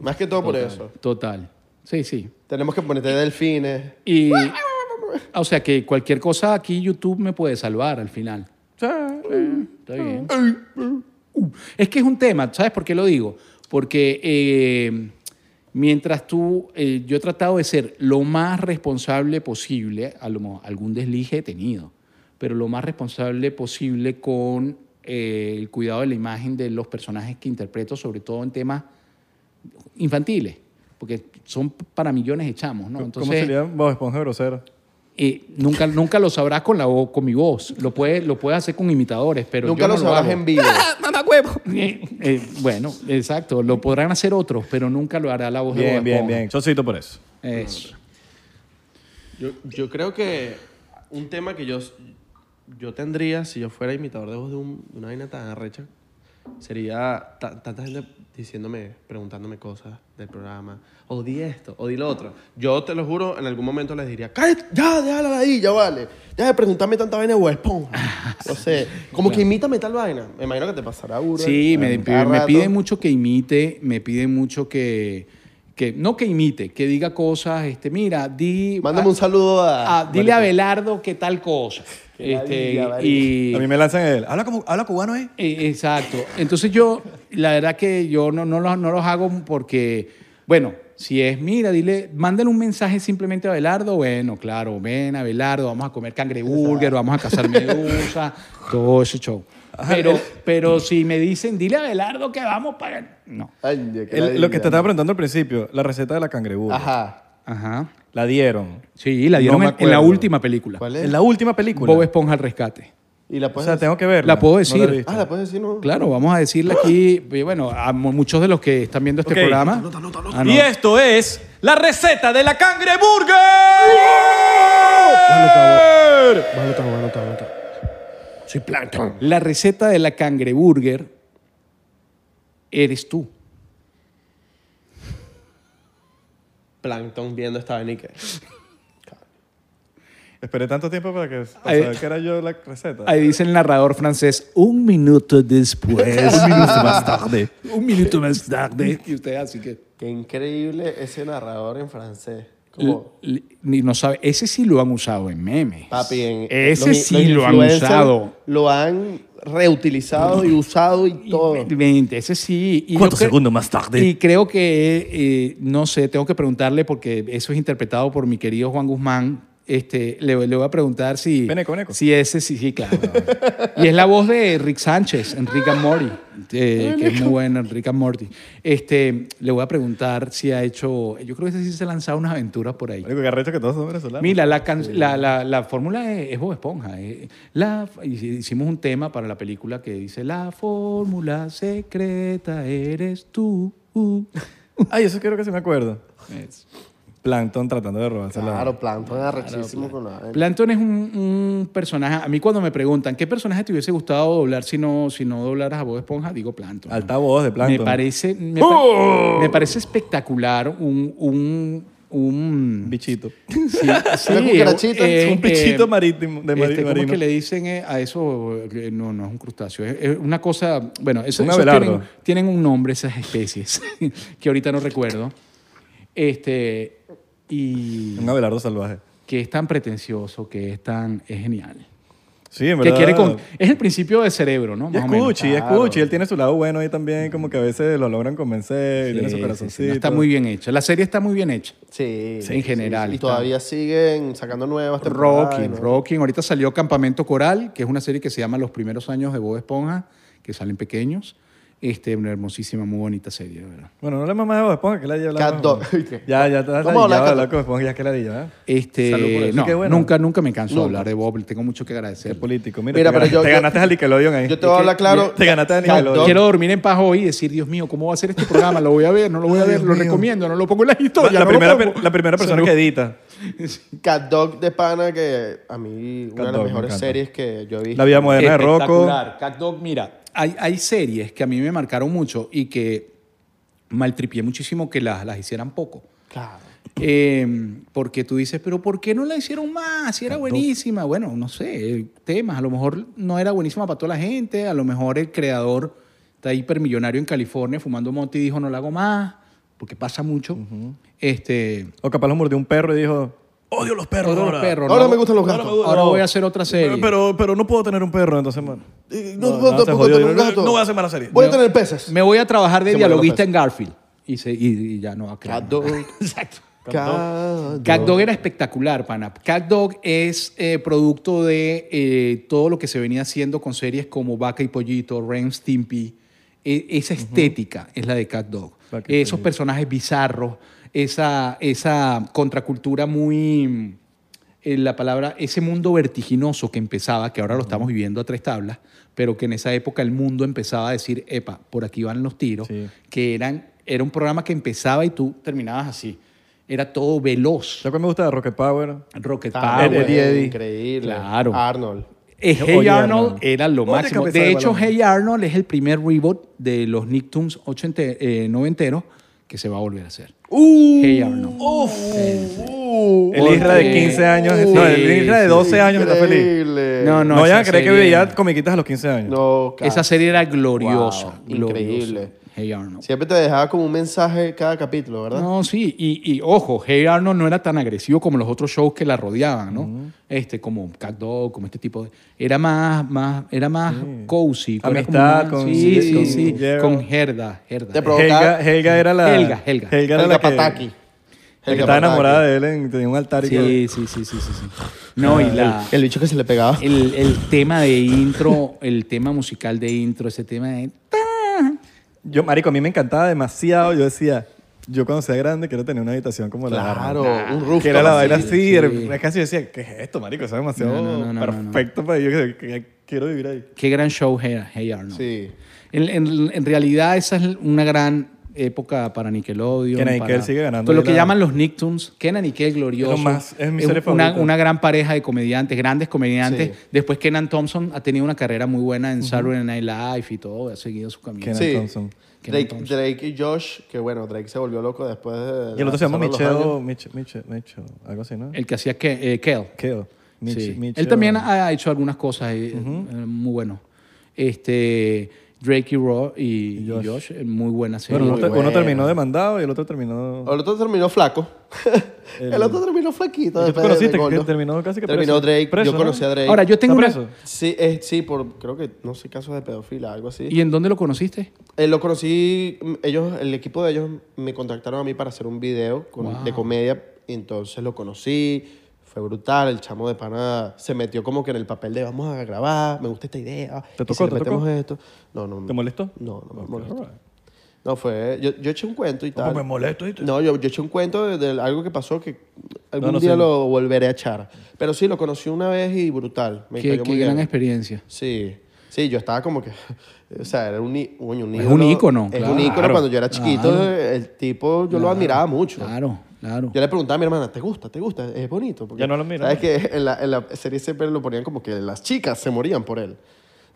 más que todo por eso. Total. Sí, sí. Tenemos que ponerte delfines. Y... O sea que cualquier cosa aquí YouTube me puede salvar al final. O sea, eh, Está bien. Uh, Es que es un tema, ¿sabes por qué lo digo? Porque eh, mientras tú, eh, yo he tratado de ser lo más responsable posible, a lo mejor algún deslige he tenido, pero lo más responsable posible con eh, el cuidado de la imagen de los personajes que interpreto, sobre todo en temas infantiles, porque son para millones de chamos, ¿no? ¿Cómo sería Bob Esponja grosera? Eh, nunca, nunca lo sabrás con, la vo- con mi voz. Lo puedes lo puedes hacer con imitadores, pero Nunca yo lo no sabrás hago. en vivo. Eh, eh, bueno, exacto. Lo podrán hacer otros, pero nunca lo hará la voz de Bien, Bob bien, Esponja. bien. Chocito por eso. Eso. Yo, yo creo que un tema que yo, yo tendría si yo fuera imitador de voz de, un- de una vaina tan arrecha sería ta- tanta gente diciéndome, preguntándome cosas del programa. O di esto, o di lo otro. Yo te lo juro, en algún momento les diría, "Cállate, ya, déjala la ya vale. Deja de preguntarme tanta vaina de Bob Esponja. No sé, como que imítame tal vaina. Me imagino que te pasará burda. Sí, me, Cada me rato. piden mucho que imite, me piden mucho que, que no que imite, que diga cosas, este, mira, di, Mándame un saludo a... ah, dile a Belardo que tal cosa. Este, ladilla, vale. y, A mí me lanzan el. Habla, como, habla cubano, ¿eh? Eh, Exacto. Entonces yo, la verdad que yo no, no, los, no los hago porque, bueno, si es, mira, dile, mándale un mensaje simplemente a Belardo, bueno, claro, ven a Belardo, vamos a comer cangreburger, vamos a cazar medusa, todo ese show. Pero, pero si me dicen, dile a Belardo que vamos para... No. Ay, ya, qué El- lo que ladilla. te estaba preguntando al principio, la receta de la cangreburger. Ajá. Ajá. La dieron. Sí, la No dieron me en, en la acuerdo. última película. ¿Cuál es? En la última película. Bob Esponja al rescate. Y la o puedes sea, tengo que verla. La puedo No decir. he visto. Ah, la puedes decir, ¿no? Claro, vamos a decirle aquí, y bueno, a mu- muchos de los que están viendo este Ok. programa. Ah, no. Y esto es la receta de la cangreburger. Soy Plankton. La receta de la cangreburger eres tú. Plankton viendo esta vaina y que- Esperé tanto tiempo para que para Ahí- saber que era yo la receta. Ahí dice el narrador francés, un minuto después. un minuto más tarde. un minuto más tarde. Y usted así que... Qué increíble ese narrador en francés. Como, L- Ni no sabe, ese sí lo han usado en memes. papi, en, ese los- sí los lo han influencers usado. Lo han reutilizado y usado y todo. Veinte, ese sí. Y ¿Cuántos yo cre- segundos más tarde? Y creo que, eh, no sé, tengo que preguntarle porque eso es interpretado por mi querido Juan Guzmán. Este, le, le voy a preguntar si... Veneco, veneco. Si ese sí, sí, claro. y es la voz de Rick Sánchez, Enrique Morty, eh, que es muy bueno, Enrique Morty. Este, le voy a preguntar si ha hecho... Yo creo que ese sí se ha lanzado unas aventuras por ahí. Marico, que arrecho que todos son venezolanos. Mira, la, can- la, la- la fórmula es, es Bob Esponja. eh. La, hicimos un tema para la película que dice, la fórmula secreta eres tú. Ay, eso quiero que se me acuerdo. Es- Plankton tratando de robarse la- Claro, Plankton arrechísimo con la vaina. Plankton es un, un personaje. A mí, cuando me preguntan qué personaje te hubiese gustado doblar si no, si no doblaras a Bob Esponja, digo Plankton. Alta voz de Plankton. ¡Oh! Me parece, me, pa- me parece espectacular un, un- un... Bichito. Sí, sí, Una cucarachita. eh, un bichito eh, marítimo. De mari- este, ¿Cómo es marino. que le dicen eh, a eso? Eh, No, no es un crustáceo. Es, es una cosa. Bueno, eso, Un esos abelardo. tienen, tienen un nombre esas especies que ahorita no recuerdo. Este. Y. Un abelardo salvaje. Que es tan pretencioso, que es tan. Es genial. Sí, en Que verdad. quiere con, es el principio de cerebro, ¿no? Y Más o menos. escuchi, escuchi. Él tiene su lado bueno ahí también, como que a veces lo logran convencer, y tiene su Sí, Ah, sí, sí, no, corazoncito. está muy bien hecha. La serie está muy bien hecha. Sí, Sí, en general, Y está. todavía siguen sacando nuevas temporadas. Rocking, ¿no? Rocking. Ahorita salió Campamento Coral, que es una serie que se llama Los primeros años de Bob Esponja, que salen pequeños. Este, una hermosísima, muy bonita serie, de verdad. Bueno, no le mamás de Bob Esponja, que la lleva Cat Dog. Ya, ya, ya. Vamos a hablar de Cat la Dog. Bob Esponja, ya que la diga, ¿eh? Salud por Este, eso, no, qué bueno. nunca, nunca me canso de Nunca. hablar de Bob. Le tengo mucho que agradecer. Político. Mira, Mira, te, pero gana- yo- te yo- ganaste al Nickelodeon ahí. Yo te voy a hablar claro. Te ganaste a Cat Nickelodeon. Dog. Quiero dormir en paz hoy y decir, Dios mío, ¿cómo va a ser este programa? Lo voy a ver, no lo voy a ver, lo recomiendo, no lo pongo en las historias. la, no lo primera, pongo. per- la primera persona Salud. que edita. Cat Dog de Pana, que a mí una Cat de Dog, las me mejores encanta. series que yo he visto. La vida moderna de Rocco. Espectacular. Cat Dog, mira, hay, hay series que a mí me marcaron mucho y que maltripié muchísimo que las, las hicieran poco. Claro. Eh, porque tú dices, pero ¿por qué no la hicieron más? Si era buenísima. Bueno, no sé, temas. A lo mejor no era buenísima para toda la gente. A lo mejor el creador está hipermillonario en California fumando monte y dijo, no la hago más, porque pasa mucho. Este. O capaz lo mordió un perro y dijo, odio los perros Ahora, ahora. perro, Ahora no- me gustan los gatos. Ahora voy a hacer otra serie. Pero, pero, pero no puedo tener un perro, entonces, bueno. Eh, No, No, puedo no, se tampoco jodió. tener un No, gato. no voy a hacer mala serie. Voy a tener peces. Me voy a trabajar de Se mueren los dialogista peces. en Garfield. Y, se- y- y ya no va a crear Cat Dog. nada. Exacto. Cat Cat Dog era espectacular, pana. Cat Dog es eh, producto de eh, todo lo que se venía haciendo con series como Vaca y Pollito, Ren Stimpy. E- esa estética es la de Cat Dog. Vaca y Esos personajes bizarros, esa, esa contracultura muy... eh, la palabra, ese mundo vertiginoso que empezaba, que ahora lo estamos viviendo a tres tablas, pero que en esa época el mundo empezaba a decir, epa, por aquí van los tiros, Sí. que eran, era un programa que empezaba y tú terminabas así. Era todo veloz. ¿Sabes cuál me gusta de Rocket Power? Rocket Ah, Power. Eddie, güey, Eddie. Increíble. Claro. Arnold. Eh, Oye, hey Arnold, Arnold. era lo Oye, máximo. cabeza De de hecho, balón. Hey Arnold es el primer reboot de los Nicktoons ochente, eh, noventeros que se va a volver a hacer. Uh. hey Arnold. El Isra de Porque- 15 años. Uy, no, el Isra de 12 años está feliz. Increíble. No, No, vayan a esa creer que serie- veía comiquitas a los 15 años. No, Cat. Esa serie era gloriosa. Wow, gloriosa. increíble. Hey Arnold. Siempre te dejaba como un mensaje cada capítulo, ¿verdad? No, sí, y, y ojo, Hey Arnold no era tan agresivo como los otros shows que la rodeaban, ¿no? Este, como Cat Dog, como este tipo de... Era más, más, era más cozy. era como Amistad más- con- Sí, sí, con- sí, Gerald. con Gerda, Gerda. eh. Te provoca- Helga, Helga era la. Helga, Helga. Helga era Helga la que, Pataki. la que Helga estaba Pataki. enamorada de él. en- tenía un altar y Sí, que- sí, sí, sí, sí, sí. No, y la, El bicho que se le pegaba. el, el tema de intro, el tema musical de intro, ese tema de... Yo, marico, a mí me encantaba demasiado. Yo decía, yo cuando sea grande quiero tener una habitación como la de Claro, Arnold. un rooftop. Que era la vaina así. sí. era- Casi yo decía, ¿qué es esto, marico? Eso es demasiado No, no, no, no, perfecto para yo que, que- quiero vivir ahí. Qué gran show, Hey, Hey Arnold. Sí. En, en- en realidad esa es una gran época para Nickelodeon. Kenan y para- Kel sigue ganando Todo lo ahí que la- llaman los Nicktoons. Kenan y Kel, glorioso. Es lo más- es mi serie una, favorita. una gran pareja de comediantes, grandes comediantes. Sí. Después Kenan Thompson ha tenido una carrera muy buena en Saturday Night Live y todo. Ha seguido su camino. Kenan Sí. Thompson. Kenan Drake, Thompson. Drake y Josh, que bueno, Drake se volvió loco después de. Y el otro se llama de los Micheo, años. Micheo, Micheo, algo así, ¿no? El que hacía Ke- eh, Kel. Keo. Mich- Sí. Micheo. Él también ha hecho algunas cosas eh, eh, muy bueno. Este, Drake y Raw y, y Josh. eh, muy buena serie. Bueno, uno, muy te- uno bueno. terminó demandado y el otro terminó. El otro terminó flaco. El, otro terminó flaquito. ¿Y tú después de- conociste de que gordo. terminó casi que preso? Terminó Drake. Preso, yo ¿no? conocí a Drake. Ahora, yo tengo ¿Está una- preso? Sí, eh, sí, por, creo que, no sé, casos de pedofilia, algo así. ¿Y en dónde lo conociste? Eh, lo conocí, mm, ellos, el equipo de ellos me contactaron a mí para hacer un video con- de comedia, entonces lo conocí, fue brutal, el chamo de pana se metió como que en el papel de vamos a grabar, me gusta esta idea, ¿Te y tocó, si le te tocó? metemos esto. No, no, ¿Te molestó? No, no me Ok, molestó. alright. No, fue, yo, yo eché un cuento y tal. me molesto, ¿viste? No, yo, yo eché un cuento de, de algo que pasó que algún no, día sí. lo volveré a echar, pero sí, lo conocí una vez y brutal, me Qué, cayó qué muy gran bien. experiencia. Sí, sí, yo estaba como que, o sea, era un, i- coño, un Es ícono. un ícono, Es claro. un ícono cuando yo era chiquito, Claro. el tipo, yo lo admiraba mucho. Claro, claro. Yo le preguntaba a mi hermana, ¿te gusta? ¿Te gusta? Es bonito. Porque, Ya no lo miro. Sabes que en la, en la serie siempre lo ponían como que las chicas se morían por él.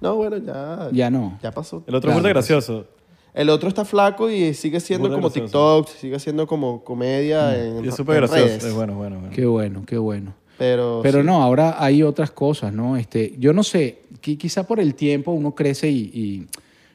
No, bueno, ya. Ya no. Ya pasó. pues. El otro es muy gracioso. El otro está flaco y sigue siendo Burda como gracioso. Mm. TikTok, sigue siendo como comedia en Y es ra- súper en gracioso. redes. Es bueno, bueno, bueno. Qué bueno, qué bueno. Pero, Pero sí. no, ahora hay otras cosas, ¿no? Este, yo no sé, qui- quizá por el tiempo uno crece y, y-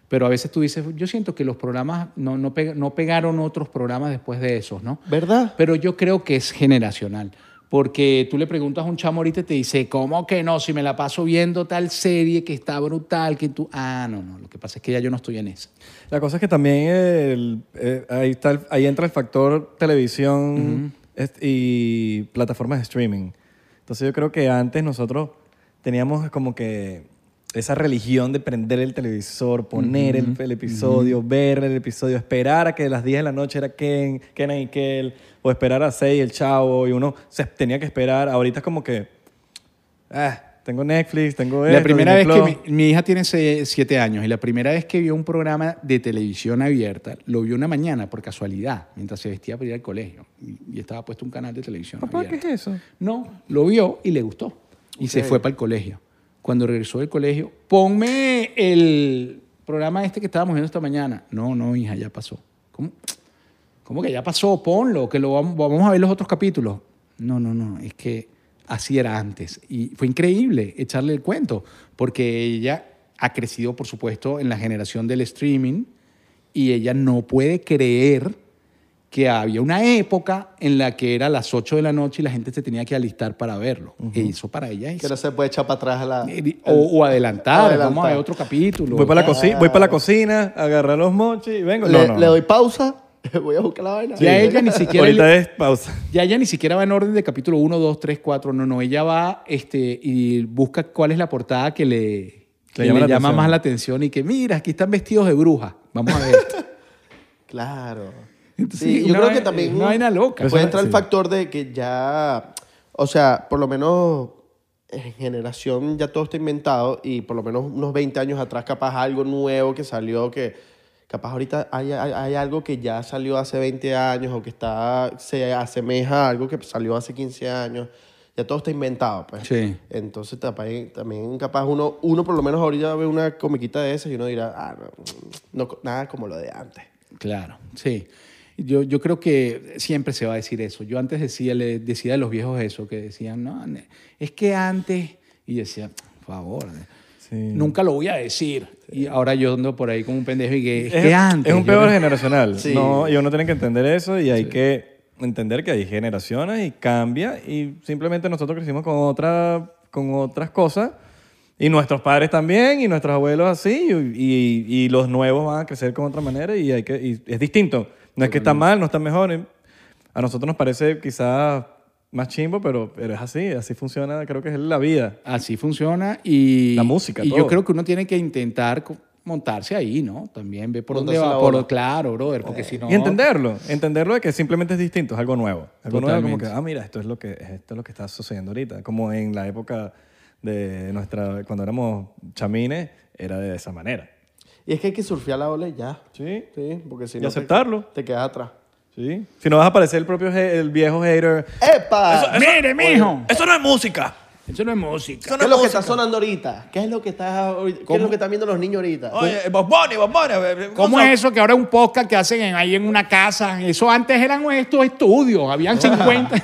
Pero a veces tú dices, yo siento que los programas no, no, pega- no pegaron otros programas después de esos, ¿no? ¿Verdad? Pero yo creo que es generacional. Porque tú le preguntas a un chamo ahorita y te dice, ¿cómo que no? Si me la paso viendo tal serie que está brutal, que tú... Ah, no, no, lo que pasa es que ya yo no estoy en esa. La cosa es que también el- eh, ahí, está el- ahí entra el factor televisión est- y plataformas de streaming. Entonces yo creo que antes nosotros teníamos como que esa religión de prender el televisor, poner el- el, episodio, ver el episodio, esperar a que a las 10 de la noche era Ken, Kenan y Kel, o esperar a 6 el chavo, y uno se tenía que esperar. Ahorita es como que, ah, tengo Netflix, tengo La esto, primera vez Disney que Plus. mi, mi hija tiene se- siete años y la primera vez que vio un programa de televisión abierta, lo vio una mañana por casualidad, mientras se vestía para ir al colegio y, y estaba puesto un canal de televisión Papá, ¿qué abierta. es eso? No, lo vio y le gustó y se fue para el colegio. Cuando regresó del colegio, ponme el programa este que estábamos viendo esta mañana. No, no, hija, ya pasó. ¿Cómo? ¿Cómo que ya pasó? Ponlo, que lo vamos, vamos a ver los otros capítulos. No, no, no, es que así era antes. Y fue increíble echarle el cuento, porque ella ha crecido, por supuesto, en la generación del streaming y ella no puede creer que había una época en la que era las 8 de la noche y la gente se tenía que alistar para verlo. E eso para ella es... Que no se puede echar para atrás a la... O, o adelantar, Adelantar. vamos a ver otro capítulo. Voy para, la coci- voy para la cocina, agarrar los mochis y vengo. le, no, no. le doy pausa, voy a buscar la vaina. Ya ella ni siquiera... Ahorita le- es pausa. Ya ella ni siquiera va en orden de capítulo 1, 2, 3, 4. No, no. Ella va este, y busca cuál es la portada que le, que llama la le llama atención. más la atención y que, mira, aquí están vestidos de bruja. Vamos a ver esto. Claro. Entonces, eh, Sí, yo una creo vai- que también... es una vaina loca. Puede Eso- entrar el sí. factor de que ya... O sea, por lo menos en generación ya todo está inventado y por lo menos unos 20 años atrás capaz algo nuevo que salió que... Capaz ahorita hay, hay- hay algo que ya salió hace 20 años o que está, se asemeja a algo que salió hace 15 años. Ya todo está inventado, pues. Sí. Entonces también, también capaz uno, uno por lo menos ahorita ve una comiquita de esas y uno dirá, ah, no, no, nada como lo de antes. Claro, sí. Yo, yo creo que siempre se va a decir eso. Yo antes decía, le decía a los viejos eso, que decían, no, ne- es que antes... Y decía, por favor, ne- Sí. nunca lo voy a decir. Y ahora yo ando por ahí como un pendejo y que es, Es, que antes. es un yo peor no- generacional. Sí. No, y uno tiene que entender eso y hay que entender que hay generaciones y cambia y simplemente nosotros crecimos con, otra, con otras cosas y nuestros padres también y nuestros abuelos así y, y- y los nuevos van a crecer con otra manera y, hay que, y es distinto. No es que está mal, no está mejor. eh, A nosotros nos parece quizás más chimbo, pero, pero es así, así funciona, creo que es la vida. Así funciona y... La música, Y yo todo. creo que uno tiene que intentar co- montarse ahí, ¿no? También ve por Montarse dónde la va. Por, ola. claro, brother, porque si no... Eh, Y entenderlo, entenderlo de que simplemente es distinto, es algo nuevo. Algo nuevo como Totalmente. que, ah, mira, esto es lo que esto es lo que está sucediendo ahorita, como en la época de nuestra cuando éramos chamines era de esa manera. Y es que hay que surfear la ola y ya. Sí. Sí, porque si Y no. te- aceptarlo. Te, quedas atrás. ¿Sí? Si no vas a aparecer el propio he- el viejo hater, ¡Epa! ¡Mire, mijo! Eso no es música. Eso no es música. ¿Qué es lo que está sonando ahorita? ¿Qué es lo que está, ahorita? ¿Qué es lo que están viendo los niños ahorita? Oye, Bob Bunny, Bob Bunny, eh, ¿Cómo es eso que ahora un podcast que hacen en- ahí en una casa? Eso antes eran estos estudios, habían 50.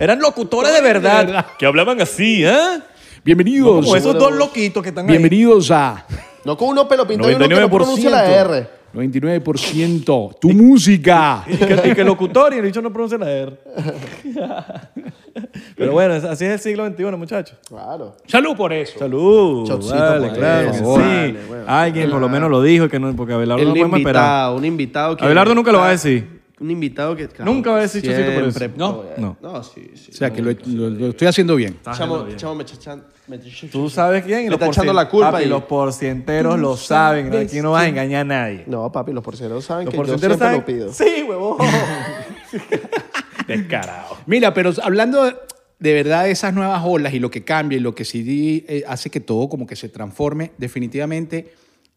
eran locutores de verdad, que hablaban así, ¿eh? Bienvenidos. Como esos dos loquitos que están ahí. Bienvenidos a No con unos pelopintos y uno que no 99%. pronuncia la R. 99% Tu música. Y que, y que el locutor y el dicho no pronuncia la R. Pero bueno, es- así es el siglo XXI, muchachos. Claro. Salud por eso. Salud. Chocito, pues. vale, por claro que sí. favor. Vale, bueno. Alguien por lo menos lo dijo, que no, porque Abelardo no podemos esperar. un Ah. invitado Abelardo nunca lo va a decir. Un invitado que. claro, Nunca va a decir Chocito por eso. siempre- No, no. No, sí, sí. O sea, que lo, lo- lo estoy haciendo bien. Chamo, chamo, me chachan. me chachan- Tú sabes quién. y Me los está echando porcien- la culpa Papi, ahí. los porcienteros lo saben. ¿no? Aquí no vas a engañar a nadie. No, papi, los porceros saben Los que yo porcienteros siempre saben. lo pido. Sí, huevón. Descarado. Mira, pero hablando de, de verdad de esas nuevas olas y lo que cambia y lo que sí eh, hace que todo como que se transforme, definitivamente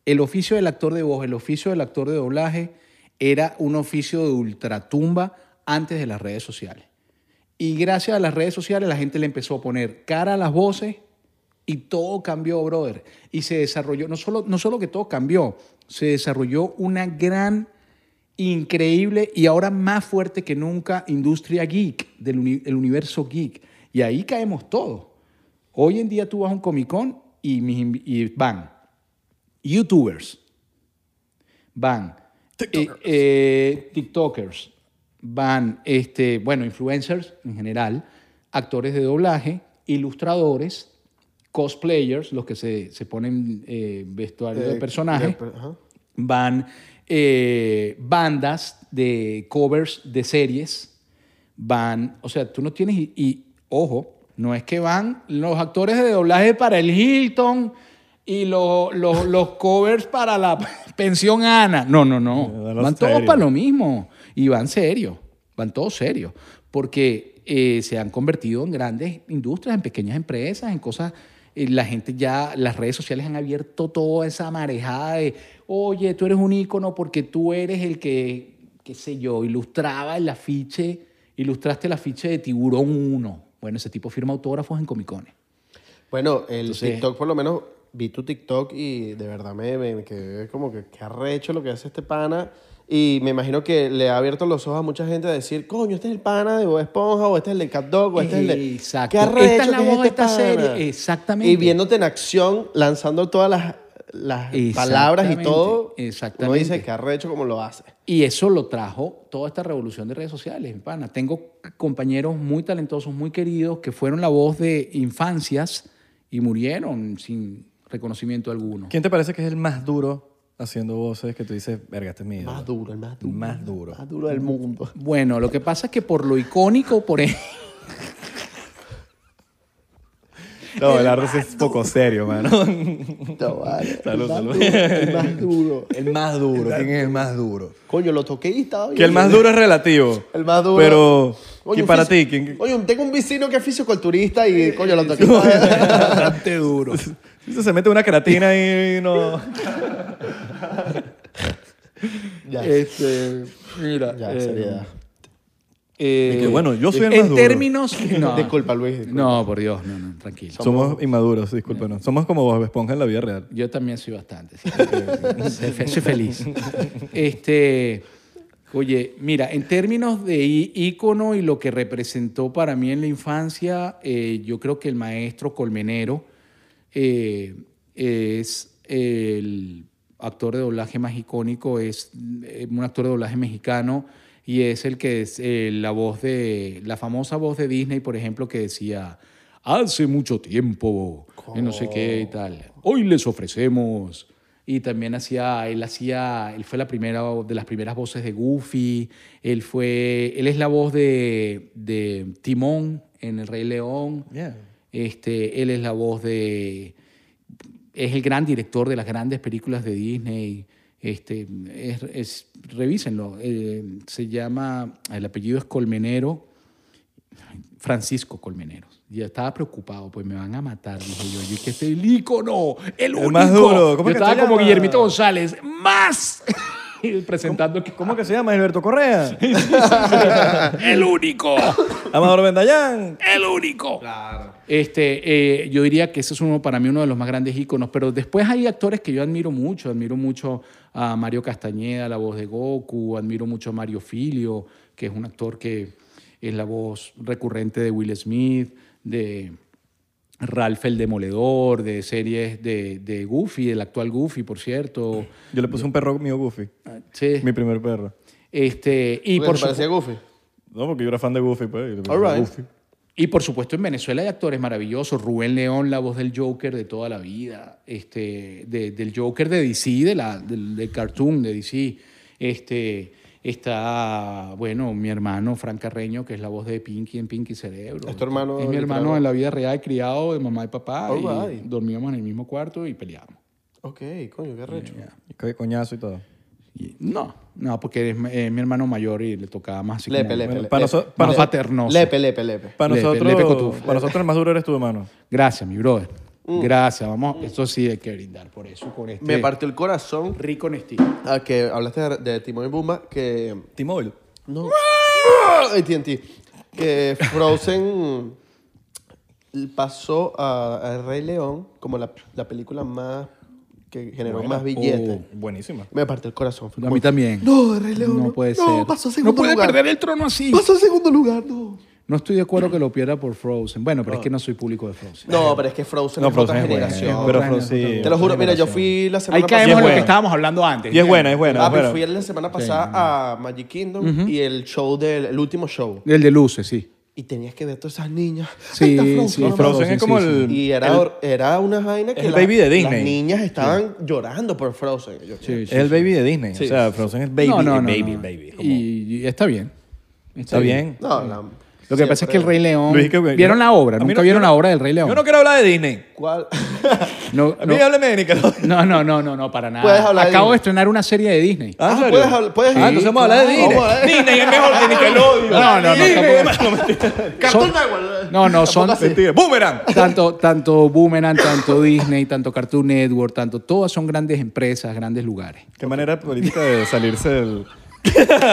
el oficio del actor de voz, el oficio del actor de doblaje era un oficio de ultratumba antes de las redes sociales. Y gracias a las redes sociales la gente le empezó a poner cara a las voces y Y todo cambió, brother. Y se desarrolló, no solo, no solo que todo cambió, se desarrolló una gran, increíble y ahora más fuerte que nunca industria geek, del uni- el universo geek. Y ahí caemos todos. Hoy en día tú vas a un Comic Con y, mis invi- y van YouTubers, van TikTokers, TikTokers van este, bueno, influencers en general, actores de doblaje, ilustradores, cosplayers, los que se, se ponen eh, vestuario de Eh, personaje, de per- ajá. van eh, bandas de covers de series, van, o sea, tú no tienes, y, y, ojo, no es que van los actores de doblaje para el Hilton y lo- lo- los covers para la pensión Ana. No, no, no. Van los Van todos serios. para lo mismo. Y van serios, van todos serios. Porque eh, se han convertido en grandes industrias, en pequeñas empresas, en cosas... eh, La gente ya, las redes sociales han abierto toda esa marejada de, oye, tú eres un ícono porque tú eres el que, qué sé yo, ilustraba el afiche, ilustraste el afiche de Tiburón 1. Bueno, ese tipo firma autógrafos en comicones. Bueno, el Entonces- TikTok por lo menos vi tu TikTok y de verdad me, me quedé como que qué arrecho lo que hace este pana. Y me imagino que le ha abierto los ojos a mucha gente a decir, coño, este es el pana de Bob Esponja, o este es el del Cat Dog, o este es el de... Exacto. Qué arrecho Esta es la que voz de este esta pana". serie. Exactamente. Y viéndote en acción, lanzando todas las, las palabras y Exactamente, todo. Uno exactamente. dice, qué arrecho como lo hace. Y eso lo trajo toda esta revolución de redes sociales, mi pana. Tengo compañeros muy talentosos, muy queridos, que fueron la voz de infancias y murieron sin reconocimiento alguno. ¿Quién te parece que es el más duro haciendo voces que tú dices, verga, este es mi El ídolo"? más duro, el más duro. Más duro. el más duro del mundo. Bueno, lo que pasa es que por lo icónico, por ejemplo... No, el Arroz es poco serio, mano. No, vale. Salud, el más salud. duro, el El más más duro. duro. ¿Quién es el más duro? Coño, lo toqué y estaba bien. Que el más duro es relativo. El más duro. Pero, Coño, ¿quién un para fisi- ti? ¿Quién- Eh, Coño, tengo un vecino que es fisioculturista y coño, lo toqué. Bastante duro. Eso se mete una creatina ahí y no... ya, Eh, Este, mira. ya, eh, seriedad. eh, Y que, bueno, yo soy el en más duro. términos... No. Disculpa, Luis. disculpa. No, por Dios, no, no, tranquilo. Somos inmaduros, discúlpenos. Somos como Bob Esponja en la vida real. Yo también soy bastante. sí. soy fe- soy feliz. Este, oye, mira, en términos de í- ícono y lo que representó para mí en la infancia, eh, yo creo que el maestro Colmenero eh, es el actor de doblaje más icónico, es eh, un actor de doblaje mexicano y es el que es eh, la voz de, la famosa voz de Disney, por ejemplo, que decía, hace mucho tiempo, y no sé qué y tal, hoy les ofrecemos. Y también hacía, él hacía, él fue la primera de las primeras voces de Goofy, él fue, él es la voz de, de Timón en El Rey León. Este, él es la voz de. Es el gran director de las grandes películas de Disney. Este, es, es- revísenlo. Eh, se llama. El apellido es Colmenero. Francisco Colmenero. Ya estaba preocupado, pues me van a matar. Dije yo, yo que este es el ícono, el único. más duro. ¿Cómo yo que se estaba como llama? Guillermito González, más. presentando que Ah. ¿Cómo que se llama? Gilberto Correa. Ah. el único. Amador Bendayán. el único. Este, eh, yo diría que ese es uno, para mí uno de los más grandes íconos, pero después hay actores que yo admiro mucho, admiro mucho a Mario Castañeda, la voz de Goku, admiro mucho a Mario Filio, que es un actor que es la voz recurrente de Will Smith, de Ralph el Demoledor, de series de, de Goofy, del actual Goofy, por cierto. Yo le puse un perro mío Goofy. Sí. Mm. Mi primer perro. Este, y ¿Y por por supuesto... parecía Goofy? No, porque yo era fan de Goofy, pues. y le puse All right. Goofy. Y por supuesto en Venezuela hay actores maravillosos. Rubén León, la voz del Joker de toda la vida. Este, de- del Joker de DC, de la, del, del cartoon de DC. Este, está, bueno, mi hermano Fran Carreño, que es la voz de Pinky en Pinky Cerebro. ¿Es tu hermano Es mi literal? Oh, hermano en la vida real, criado de mamá y papá. All y right. dormíamos en el mismo cuarto y peleábamos. Ok, coño, qué arrecho. Y qué coñazo y todo. Y- no, no, porque es, eh, mi hermano mayor y le tocaba más. así Lepe, como- lepe, Bueno, lepe. para lepe. noso- para Más noso- paternoso. Lepe, lepe, lepe. Para Lepe, nosotros, Lepe Cotufo. para nosotros el más duro eres tú, hermano. Gracias, mi brother. Gracias, vamos. Eso sí hay que brindar por eso, con este Mm. Me partió el corazón rico en estilo. a que hablaste de, de Timón y Bumba, que... T-Mobile. No. AT&T. Que Frozen pasó a, a Rey León como la, la película más que generó Buena. más Oh. billetes. Buenísima. Me partió el corazón. Fue A como, mí también. No, Rey León. No puede ser. no, Pasó a segundo no puede lugar. perder el trono así. Pasó a segundo lugar, no. No estoy de acuerdo que lo pierda por Frozen. Bueno, Ah. pero es que no soy público de Frozen. No, pero es que Frozen No, es otra Frozen es buena. generación. Pero Frozen. Te lo juro, mira, yo fui la semana Ahí pasada. caemos en lo que buena. estábamos hablando antes. Y es buena, es buena. Ah, es pero buena. fui la semana pasada a Magic Kingdom y el show del el último show. El de luces, sí. Y tenías que ver todas esas niñas. Sí, Ahí está Frozen, sí, mamá. Frozen Frozen, es como sí, sí. el. Y era, el- era una vaina que el la- baby de las Disney. niñas estaban llorando por Frozen. Yo, Sí, sí. el baby de Disney. O sea, Frozen es baby, No, no, no, baby, no. baby. Como- Y, y está bien. Está bien. No, no. Lo que pasa es que el Rey León. Luis, que- ¿Vieron la obra? A mí Nunca no- vieron yo no- la obra del Rey León. Yo no quiero hablar de Disney. ¿Cuál? No, A no. mí hábleme de Nickelodeon. No, no, no, no, no, para nada. Puedes hablar de Acabo de, Disney. estrenar una serie de Disney. Ah, ¿en Ah, serio? puedes hablar- puedes- Ah, entonces vamos a hablar de Claro. Disney. Vamos a hablar de- Disney es mejor que Nickelodeon. No, no, no, tampoco. Cartoon Network. No, no, son Tampoco así. Mentira. Boomerang. tanto, tanto Boomerang, tanto Disney, tanto Cartoon Network, tanto. Todas son grandes empresas, grandes lugares. Qué manera política de salirse del.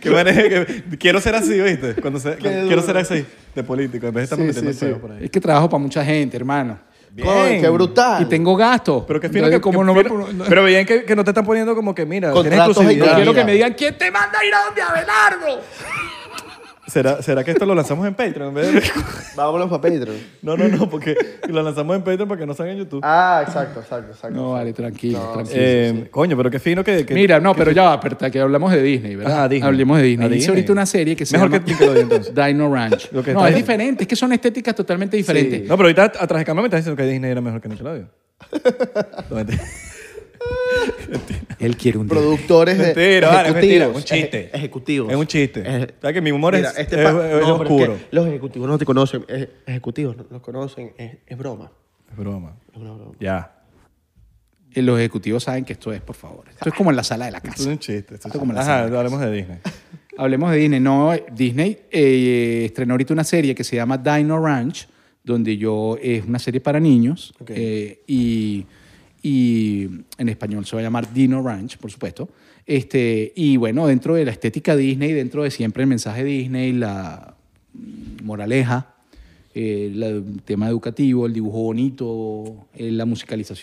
Qué manera que- Quiero ser así, ¿viste? Cuando se- cuando- Quiero ser así, de político. En vez de estar Sí, metiendo sí, sí. pedos por ahí. Es que trabajo para mucha gente, hermano. Coño, qué brutal. Y tengo gastos. Pero qué fino Entonces, que. como que no me- fino- no- Pero bien que, que no te están poniendo como que, mira, tienes Contratos ahí, exclusividad. claro. quiero que mira. me digan, ¿quién te manda a ir a donde Abelardo? ¿Será, ¿Será que esto lo lanzamos en Patreon? en vez de- Vámonos para Pedro. No, no, no, porque lo lanzamos en Patreon para que no salga en YouTube. Ah, exacto, exacto, exacto. No, vale, tranquilo, tranquilo. Eh, Coño, pero qué fino que. que- Mira, no, pero ya va, Perta, que hablamos de Disney, ¿verdad? Ah, Disney. Hablemos de Disney. Ah, Hice Disney. ahorita una serie que se Mejor llama que Nickelodeon, entonces. Dino Ranch. Lo que No, está es bien. diferente, es que son estéticas totalmente diferentes. No, pero ahorita atrás de cámara me estás diciendo que Disney era mejor que Nickelodeon. No, mentira. Él quiere un Disney. Productores de Mentira, vale, es mentira. ejecutivos. Un chiste. eje- ejecutivos. Es un chiste. Eje- O sea, que mi humor Mira, es, este es- pa- es no, pero es oscuro. que los ejecutivos no te conocen. eje- ejecutivos no los conocen. Es, es broma. Es broma. Es una broma. Ya. Eh, Los ejecutivos saben que esto es, por favor. Esto es como en la sala de la Esto es casa. un chiste. esto es Esto como la Ajá, sangre. hablemos de Disney. Hablemos de Disney. No, Disney eh, estrenó ahorita una serie que se llama Dino Ranch, donde yo es una serie para niños eh, y, y en español se va a llamar Dino Ranch, por supuesto. Este, y bueno, dentro de la estética Disney, dentro de siempre el mensaje Disney, la mm, moraleja, eh, la- el tema educativo, el dibujo bonito, eh, la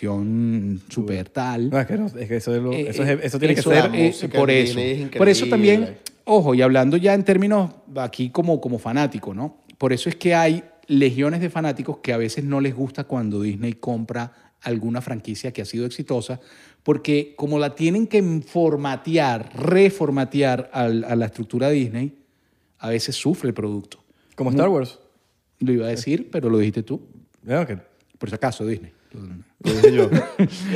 musicalización super tal. No, es que, no, es que eso, es lo- Eh, eso, eh, es- eso tiene eso, que la ser. eh, música por en eso. Disney es por eso también, increíble. ojo, y hablando ya en términos aquí como, como fanático, ¿no? Por eso es que hay legiones de fanáticos que a veces no les gusta cuando Disney compra alguna franquicia que ha sido exitosa, porque como la tienen que formatear, reformatear al- a la estructura Disney, a veces sufre el producto. Como mm. Star Wars. Lo iba a decir, pero lo dijiste tú, Ya, que por si acaso, Disney. lo dije yo.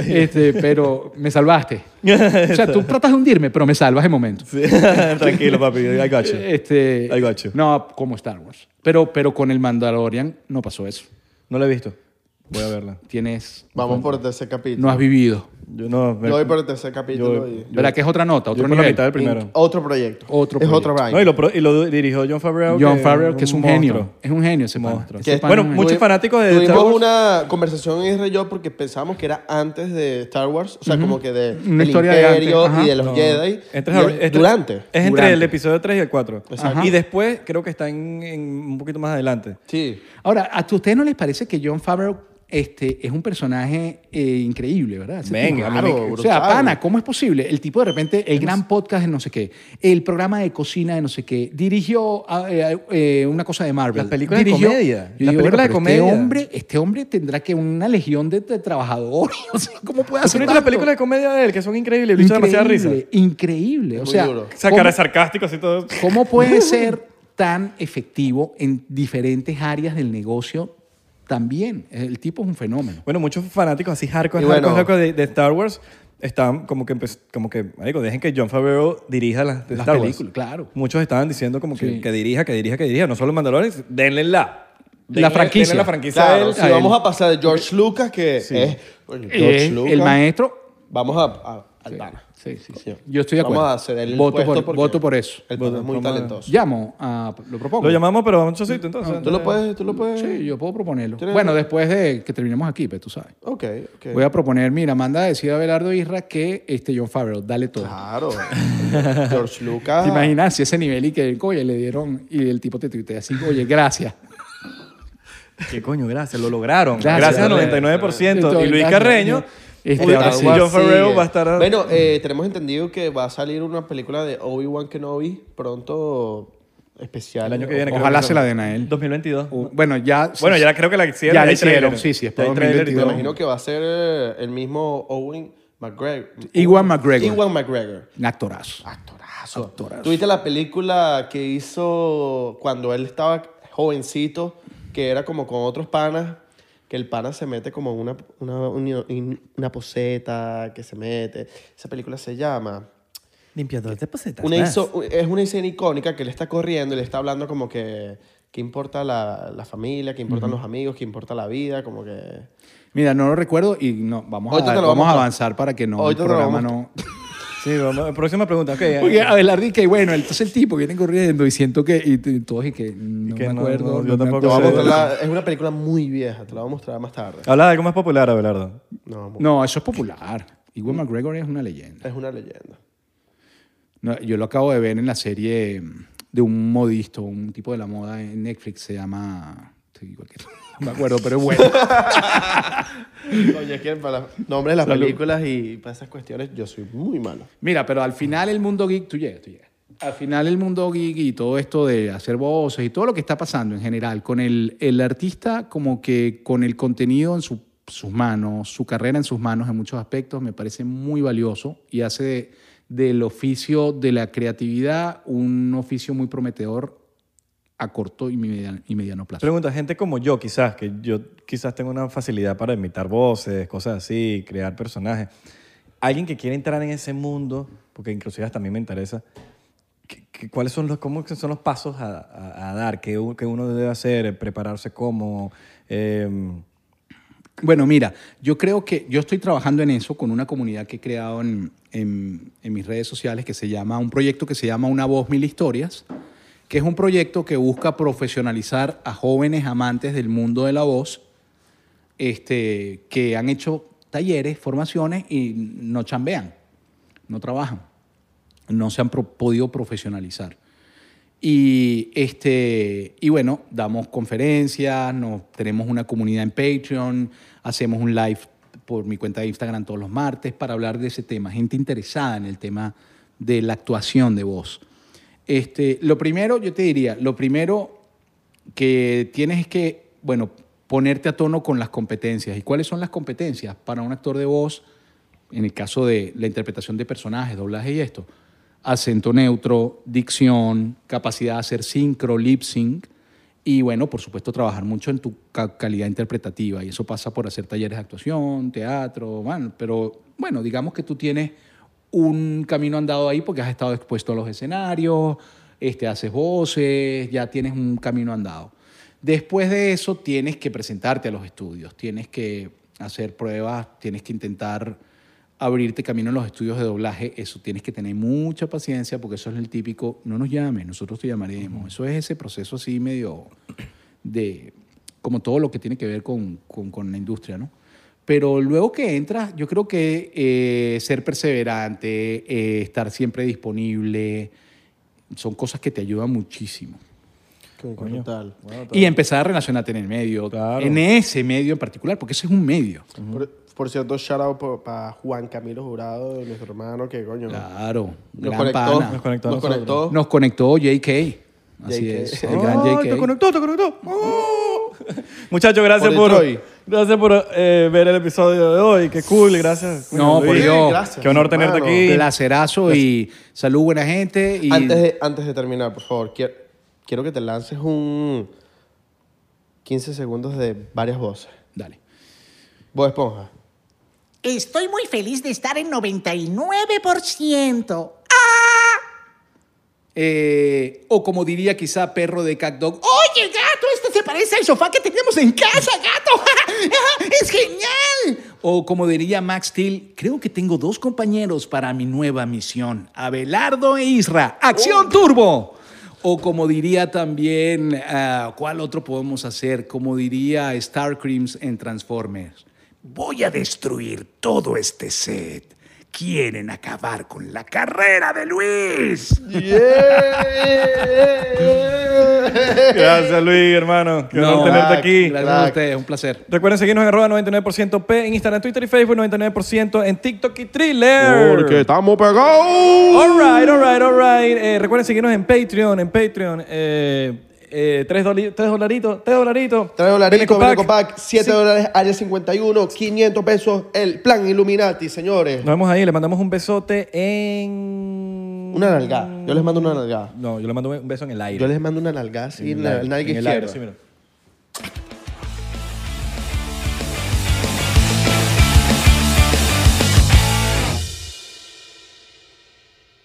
Este, pero me salvaste. O sea, tú tratas de hundirme, pero me salvas de momento. Sí, Tranquilo, papi. I got you. Este, I got you. No, como Star Wars. Pero, pero con el Mandalorian no pasó eso. No la he visto. Voy a verla. Tienes, Vamos por el tercer capítulo. no has vivido. Yo no. me- Yo voy por el tercer Yo- capítulo. y- ¿Verdad que es otra nota, yo otro por la nivel? mitad del primero. Otro proyecto. Otro es proyecto. otro vaina. No, y, lo, pro- y lo dirigió John Favreau. John que Favreau, que es un, monstruo. genio. Es un genio ese Monstruo. monstruo. Que- Bueno, muchos Tuvi- fanáticos de Tuvimos Star Wars. una conversación en y yo porque pensábamos que era antes de Star Wars, o sea, como que de Una el historia de Imperio antes, ajá. y de los Jedi. Entre- y Este es entre- durante. este, Es entre Durante. el episodio 3 y el 4. Exacto. Y después creo que está en, en un poquito más adelante. Sí. Ahora, ¿a tu- ustedes no les parece que John Favreau este, es un personaje eh, increíble, verdad? Ese Venga, tipo- a mí me- Claro, O sea, brutal. pana, ¿cómo es posible? El tipo de repente, el gran podcast de no sé qué, el programa de cocina de no sé qué, dirigió ah, eh, eh, una cosa de Marvel. Las películas de Dirigió- comedia. Yo Las digo, películas bueno, de pero comedia. Este hombre, este hombre tendrá que una legión de, de trabajadores. O sea, ¿cómo puede ¿Has hacer visto las tanto? películas de comedia de él que son increíbles? Le hizo demasiada risa. Ah, Increíble, Increíble. O muy sea, duro. Esa cara de sarcástico así todo. ¿Cómo puede ser tan efectivo en diferentes áreas del negocio también? El tipo es un fenómeno. Bueno, muchos fanáticos así hardcore, Y bueno. hardcore, hardcore de, de Star Wars están como que, empe- como que, marico, dejen que John Favreau dirija las, de Las Star Wars. películas, claro. Muchos estaban diciendo como que, Sí. que dirija, que dirija, que dirija. No solo Mandalorian, denle la. denle- franquicia. denle la franquicia a Claro, él. si a él. vamos a pasar de George Lucas, que es coño, George Es Lucas. Eh, el maestro. Vamos a, a- al pana. Sí, sí, sí. Sí. Yo estoy de Vamos acuerdo. a ceder el voto, puesto por, porque- voto por eso. El pana es muy Vamos a- talentoso. Llamo a. Lo propongo. Lo llamamos, pero vamos a un chocito, entonces. Tú lo puedes, tú lo puedes. Sí, yo puedo proponerlo. ¿Tienes- Bueno, después de que terminemos aquí, pues tú sabes. Ok, ok. Voy a proponer, mira, manda a decir a Belardo Isra que este John Favreau, dale todo. Claro. George Lucas. ¿Te imaginas si ese nivel y que, oye, le dieron y el tipo te tuitea así, oye, gracias. ¿Qué coño? Gracias, lo lograron. Gracias, Gracias, al gracias. 99%. Y Luis Gracias. Carreño. Este, Oye, ahora ahora sí. sí. Algo John así, Ferrero eh. va a estar. Bueno, eh, tenemos entendido que va a salir una película de Obi-Wan Kenobi pronto especial. El año que viene, creo Ojalá que se la den a él. 2022. O- Bueno, ya. Bueno, ya la- creo que la hicieron. Ya hay la hicieron, trailer. sí, sí, es para Ya hay trailer y 2022. todo. Me imagino que va a ser eh, el mismo Owen McGregor. Ewan McGregor. Ewan McGregor. Un actorazo. Actorazo. Actorazo. ¿Tuviste la película que hizo cuando él estaba jovencito, que era como con otros panas, que el pana se mete como en una, una, una, una poseta, que se mete? Esa película se llama... Limpiador de posetas. Una más. hizo- es una escena icónica que le está corriendo y le está hablando como que qué importa la, la familia, qué importan los amigos, qué importa la vida, como que... Mira, no lo recuerdo y no, vamos, a, Ahorita te lo vamos vamos a a- avanzar para que no el Ahorita te lo programa vamos no. Sí, vamos. Próxima pregunta. Ok, eh, Porque ah, Abelardi que bueno, entonces el tipo viene corriendo y siento que y, t- todos y que no que me no, acuerdo. no, yo me tampoco Te voy a Sí. acuerdo. mostrar la- es una película muy vieja, te la voy a mostrar más tarde. Habla de algo más popular, Abelardo. No, mu- No, eso es popular. Ewan McGregor es una leyenda. es una leyenda. No, yo lo acabo de ver en la serie de un modisto, un tipo de la moda en Netflix se llama estoy igual que- no me acuerdo, pero es bueno. Oye, es que para los nombres de las películas y para esas cuestiones yo soy muy malo. Mira, pero al final el mundo geek, tú llegas, tú llegas. Al final el mundo geek y todo esto de hacer voces y todo lo que está pasando en general con el, el artista como que con el contenido en su- sus manos, su carrera en sus manos en muchos aspectos, me parece muy valioso y hace de- del oficio de la creatividad un oficio muy prometedor a corto y mediano, y mediano plazo. Pregunta, gente como yo quizás, que yo quizás tengo una facilidad para imitar voces, cosas así, crear personajes. Alguien que quiere entrar en ese mundo, porque inclusive hasta a mí me interesa, ¿qué- qué- ¿cuáles son los, cómo que son los pasos a, a- a dar? ¿Qué, u- qué uno debe hacer? ¿Prepararse cómo? Em, Bueno, mira, yo creo que yo estoy trabajando en eso con una comunidad que he creado en, en- en mis redes sociales que se llama, un proyecto que se llama Una Voz Mil Historias, que es un proyecto que busca profesionalizar a jóvenes amantes del mundo de la voz este, que han hecho talleres, formaciones y no chambean, no trabajan, no se han pro- podido profesionalizar. Y, este, y bueno, damos conferencias, nos, tenemos una comunidad en Patreon, hacemos un live por mi cuenta de Instagram todos los martes para hablar de ese tema. Gente interesada en el tema de la actuación de voz. Este, lo primero, yo te diría, lo primero que tienes es que, bueno, ponerte a tono con las competencias. ¿Y cuáles son las competencias para un actor de voz? en el caso de la interpretación de personajes, doblaje y esto, acento neutro, dicción, capacidad de hacer sincro, lip sync y bueno, por supuesto, trabajar mucho en tu ca- calidad interpretativa y eso pasa por hacer talleres de actuación, teatro, bueno, pero bueno, digamos que tú tienes un camino andado ahí porque has estado expuesto a los escenarios, este, haces voces, ya tienes un camino andado. Después de eso tienes que presentarte a los estudios, tienes que hacer pruebas, tienes que intentar abrirte camino en los estudios de doblaje, eso tienes que tener mucha paciencia porque eso es el típico, no nos llames, nosotros te llamaremos. Eso es ese proceso así medio de, como todo lo que tiene que ver con, con- con la industria, ¿no? Pero luego que entras, yo creo que eh, ser perseverante, eh, estar siempre disponible, son cosas que te ayudan muchísimo. Qué brutal. Y empezar a relacionarte en el medio, Claro. en ese medio en particular, porque ese es un medio. Por, por cierto, shout out para Juan Camilo Jurado, nuestro hermano, que coño. Claro, Nos gran conectó, pana. Nos conectó a nos nosotros. conectó. Nos conectó JK. Así JK. es, el gran ¡Ay, JK. te ¡Oh, conectó, te conectó! ¡Oh! Muchachos, gracias Por por, Detroit. gracias por eh, ver el episodio de hoy. ¡Qué cool! Gracias. No, Coño, por Luis. Dios. Gracias, Qué honor tenerte hermano. aquí. Placerazo y salud, buena gente. Y Antes, de, antes de terminar, por favor, quiero, quiero que te lances un 15 segundos de varias voces. Dale. Voz esponja. Estoy muy feliz de estar en 99%. Eh, o como diría quizá perro de Cat Dog. ¡Oh! Oye, gato, este se parece al sofá que tenemos en casa, gato. es genial. O como diría Max Till, creo que tengo dos compañeros para mi nueva misión, Abelardo e Isra. ¡Acción Turbo! O como diría también, ah, ¿cuál otro podemos hacer? Como diría Star Creams en Transformers. Voy a destruir todo este set. Quieren acabar con la carrera de Luis. Gracias, Luis, hermano. Qué honor tenerte crack, aquí. ah, Gracias a Crack. ustedes, un placer. Recuerden seguirnos en arroba 99% P en Instagram, Twitter y Facebook, 99% en TikTok y Thriller. estamos pegados. Alright, alright, alright. Eh, recuerden seguirnos en Patreon, en Patreon. Eh, eh, tres, doli- tres dolaritos, tres dolaritos. 3 dólares, Beneco Pack. 7 Sí. dólares, área 51, 500 pesos, el plan Illuminati, señores. Nos vemos ahí, le mandamos un besote en. Una nalgada. Yo les mando una nalgada. No, yo le mando un beso en el aire. Yo les mando una nalgada así en la- en la nalga En el aire, izquierda. sí, mira.